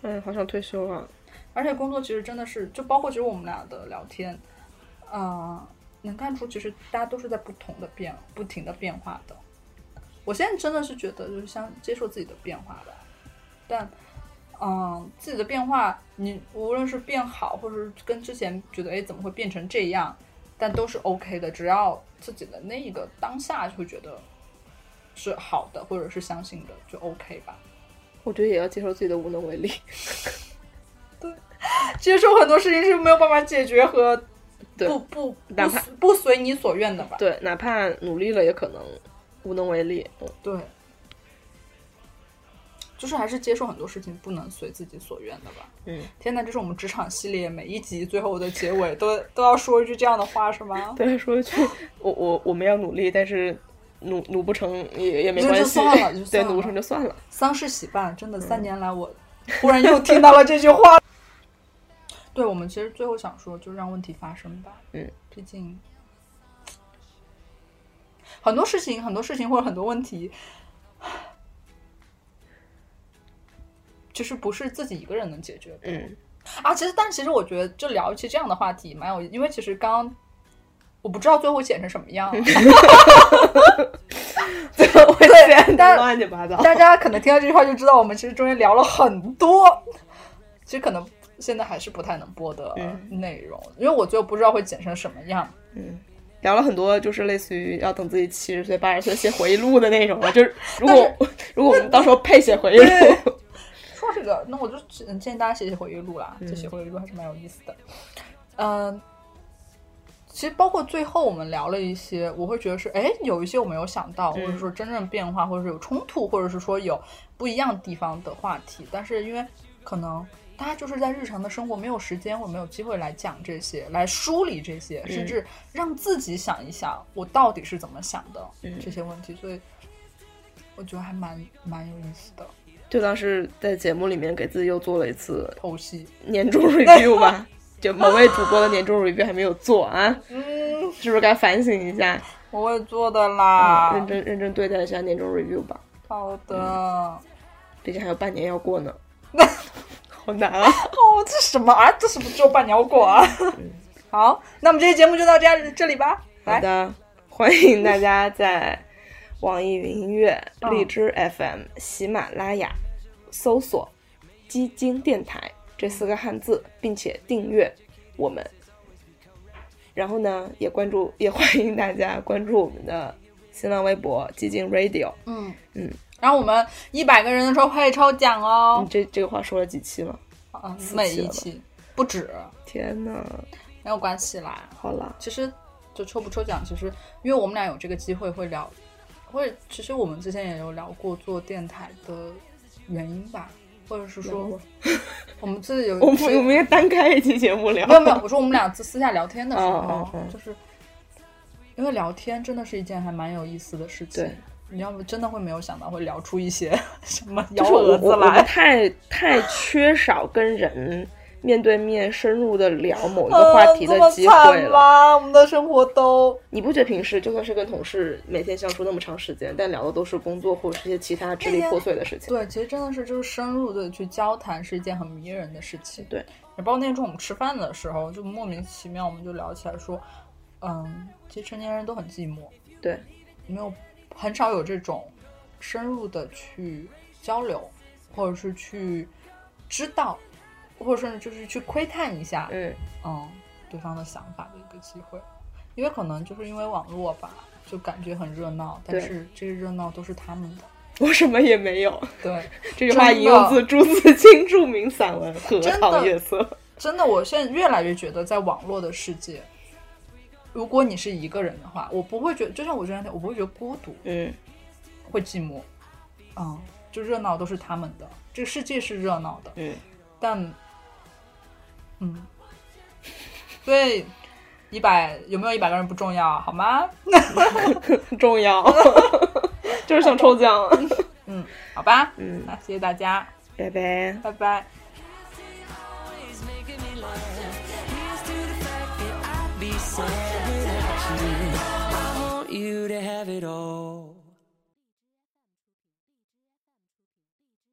Speaker 3: 嗯，好想退休啊。
Speaker 2: 而且工作其实真的是，就包括其实我们俩的聊天，呃，能看出其实大家都是在不同的变，不停的变化的。我现在真的是觉得，就是像接受自己的变化吧，但，嗯、自己的变化，你无论是变好，或者是跟之前觉得哎怎么会变成这样，但都是 OK 的，只要自己的那一个当下就会觉得是好的，或者是相信的，就 OK 吧。
Speaker 3: 我觉得也要接受自己的无能为力。
Speaker 2: 接受很多事情是没有办法解决和
Speaker 3: 对
Speaker 2: 不不
Speaker 3: 哪
Speaker 2: 不
Speaker 3: 怕
Speaker 2: 随不随你所愿的吧。
Speaker 3: [LAUGHS] 对，哪怕努力了，也可能无能为力。嗯
Speaker 2: 对，就是还是接受很多事情不能随自己所愿的吧。
Speaker 3: 嗯，
Speaker 2: 天呐，这是我们职场系列每一集最后的结尾 [LAUGHS] 都都要说一句这样的话是
Speaker 3: [LAUGHS]
Speaker 2: 吗？
Speaker 3: 对，说一句，我我我们要努力，但是努努不成也也没
Speaker 2: 就
Speaker 3: 关
Speaker 2: 就
Speaker 3: 系，
Speaker 2: 算了就
Speaker 3: [LAUGHS] 对，
Speaker 2: 算
Speaker 3: 努不
Speaker 2: 了
Speaker 3: 成就算了。
Speaker 2: 丧事喜办，真的三年来我忽然又听到了这句话。对，我们其实最后想说，就让问题发生吧。
Speaker 3: 嗯，
Speaker 2: 毕竟很多事情，很多事情或者很多问题，就是不是自己一个人能解决的。
Speaker 3: 嗯 [LAUGHS]
Speaker 2: 啊，其实，但其实我觉得，就聊一期这样的话题蛮有意，因为其实刚刚我不知道最后剪成什么样
Speaker 3: [LAUGHS]
Speaker 2: 啊，
Speaker 3: 对，我
Speaker 2: 但
Speaker 3: 现在乱七八糟。
Speaker 2: 大家可能听到这句话就知道，我们其实中间聊了很多，其实可能现在还是不太能播的
Speaker 3: 嗯
Speaker 2: 内容，因为我最后不知道会剪成什么样。
Speaker 3: 嗯，聊了很多，就是类似于要等自己七十岁、八十岁写回忆录的那种了。就是如果如果我们到时候配写回忆录，
Speaker 2: 说这个，那我就只能建议大家写写回忆录啦，这写回忆录还是蛮有意思的。嗯、其实包括最后我们聊了一些，我会觉得是，哎，有一些我没有想到，或者说真正变化，或者是有冲突，或者是说有不一样地方的话题，但是因为可能。大家就是在日常的生活没有时间或者没有机会来讲这些，来梳理这些，甚至让自己想一想我到底是怎么想的、这些问题，所以我觉得还蛮蛮有意思的
Speaker 3: 就当是在节目里面给自己又做了一次
Speaker 2: 剖析。
Speaker 3: 年终
Speaker 2: [LAUGHS]
Speaker 3: review 吧，就某位主播的年终 review 还没有做啊，
Speaker 2: 嗯，
Speaker 3: 是不是该反省一下，
Speaker 2: 我会做的啦。
Speaker 3: 嗯认真认真对待一下年终 review 吧？
Speaker 2: 好的。哦
Speaker 3: 毕竟还有半年要过呢， [LAUGHS] 好难啊！
Speaker 2: 哦，这什么啊？这什么只有半鸟果啊？好，那我们这期节目就到这样这里吧。
Speaker 3: 嗯好
Speaker 2: 来，
Speaker 3: 的，欢迎大家在网易云音乐、
Speaker 2: 嗯
Speaker 3: 荔枝 FM、喜马拉雅搜索“基金电台”这四个汉字，并且订阅我们。然后呢，也关注，也欢迎大家关注我们的新浪微博“基金 Radio”。
Speaker 2: 嗯
Speaker 3: 嗯，
Speaker 2: 然后我们一百个人的时候会抽奖哦
Speaker 3: 你，这这个话说了几期了？
Speaker 2: 啊
Speaker 3: 四期
Speaker 2: 每一
Speaker 3: 了
Speaker 2: 期不止，
Speaker 3: 天呐，
Speaker 2: 没有关系啦。
Speaker 3: 好啦，
Speaker 2: 其实就抽不抽奖，其实因为我们俩有这个机会会聊，会其实我们之前也有聊过做电台的原因吧，或者是
Speaker 3: 聊
Speaker 2: 说
Speaker 3: 过
Speaker 2: 我们自己有
Speaker 3: [LAUGHS] 我们我们也单开一期节目聊。
Speaker 2: [LAUGHS] 没有没有，我说我们俩私私下聊天的时
Speaker 3: 哦
Speaker 2: 候
Speaker 3: 哦哦，
Speaker 2: 就是因为聊天真的是一件还蛮有意思的事情
Speaker 3: 对。
Speaker 2: 你要不真的会没有想到会聊出一些 [LAUGHS] 什么
Speaker 3: 就
Speaker 2: 幺
Speaker 3: 是我
Speaker 2: 蛾子
Speaker 3: 我我们
Speaker 2: 来。
Speaker 3: 太太缺少跟人面对面深入的聊某一
Speaker 2: 哦
Speaker 3: 个话题的
Speaker 2: 嗯
Speaker 3: 机会了。
Speaker 2: 啦！我们的生活都
Speaker 3: 你不觉得平时就算是跟同事每天相处那么长时间，但聊的都是工作或者是一些其他支离破碎的事情？
Speaker 2: 对，其实真的是就是深入的去交谈是一件很迷人的事情。
Speaker 3: 对，
Speaker 2: 也包括那天我们吃饭的时候，就莫名其妙我们就聊起来说，嗯，其实成年人都很寂寞，
Speaker 3: 对，
Speaker 2: 没有很少有这种深入的去交流，或者是去知道，或者甚至就是去窥探一下，
Speaker 3: 嗯，
Speaker 2: 嗯，对方的想法的一个机会，因为可能就是因为网络吧，就感觉很热闹，但
Speaker 3: 对
Speaker 2: 是这些热闹都是他们的，
Speaker 3: 我什么也没有。
Speaker 2: 对。
Speaker 3: 这句话
Speaker 2: 真的
Speaker 3: 引用自朱自清著名散文《荷塘月色》。
Speaker 2: 真的，我现在越来越觉得，在网络的世界，如果你是一个人的话，我不会觉就像我这两天，我不会觉得孤独，
Speaker 3: 嗯，
Speaker 2: 会寂寞，嗯，就热闹都是他们的，这个世界是热闹的，
Speaker 3: 嗯，
Speaker 2: 但，嗯，对，一百有没有一百个人不重要，好吗？
Speaker 3: 很重要， [LAUGHS] 就是想抽奖。
Speaker 2: 嗯，好吧，
Speaker 3: 嗯，
Speaker 2: 那谢谢大家，
Speaker 3: 拜拜。
Speaker 2: 拜拜。
Speaker 4: always making me laugh. Here's to the fact that I'd be sad without you. I want you to have it all.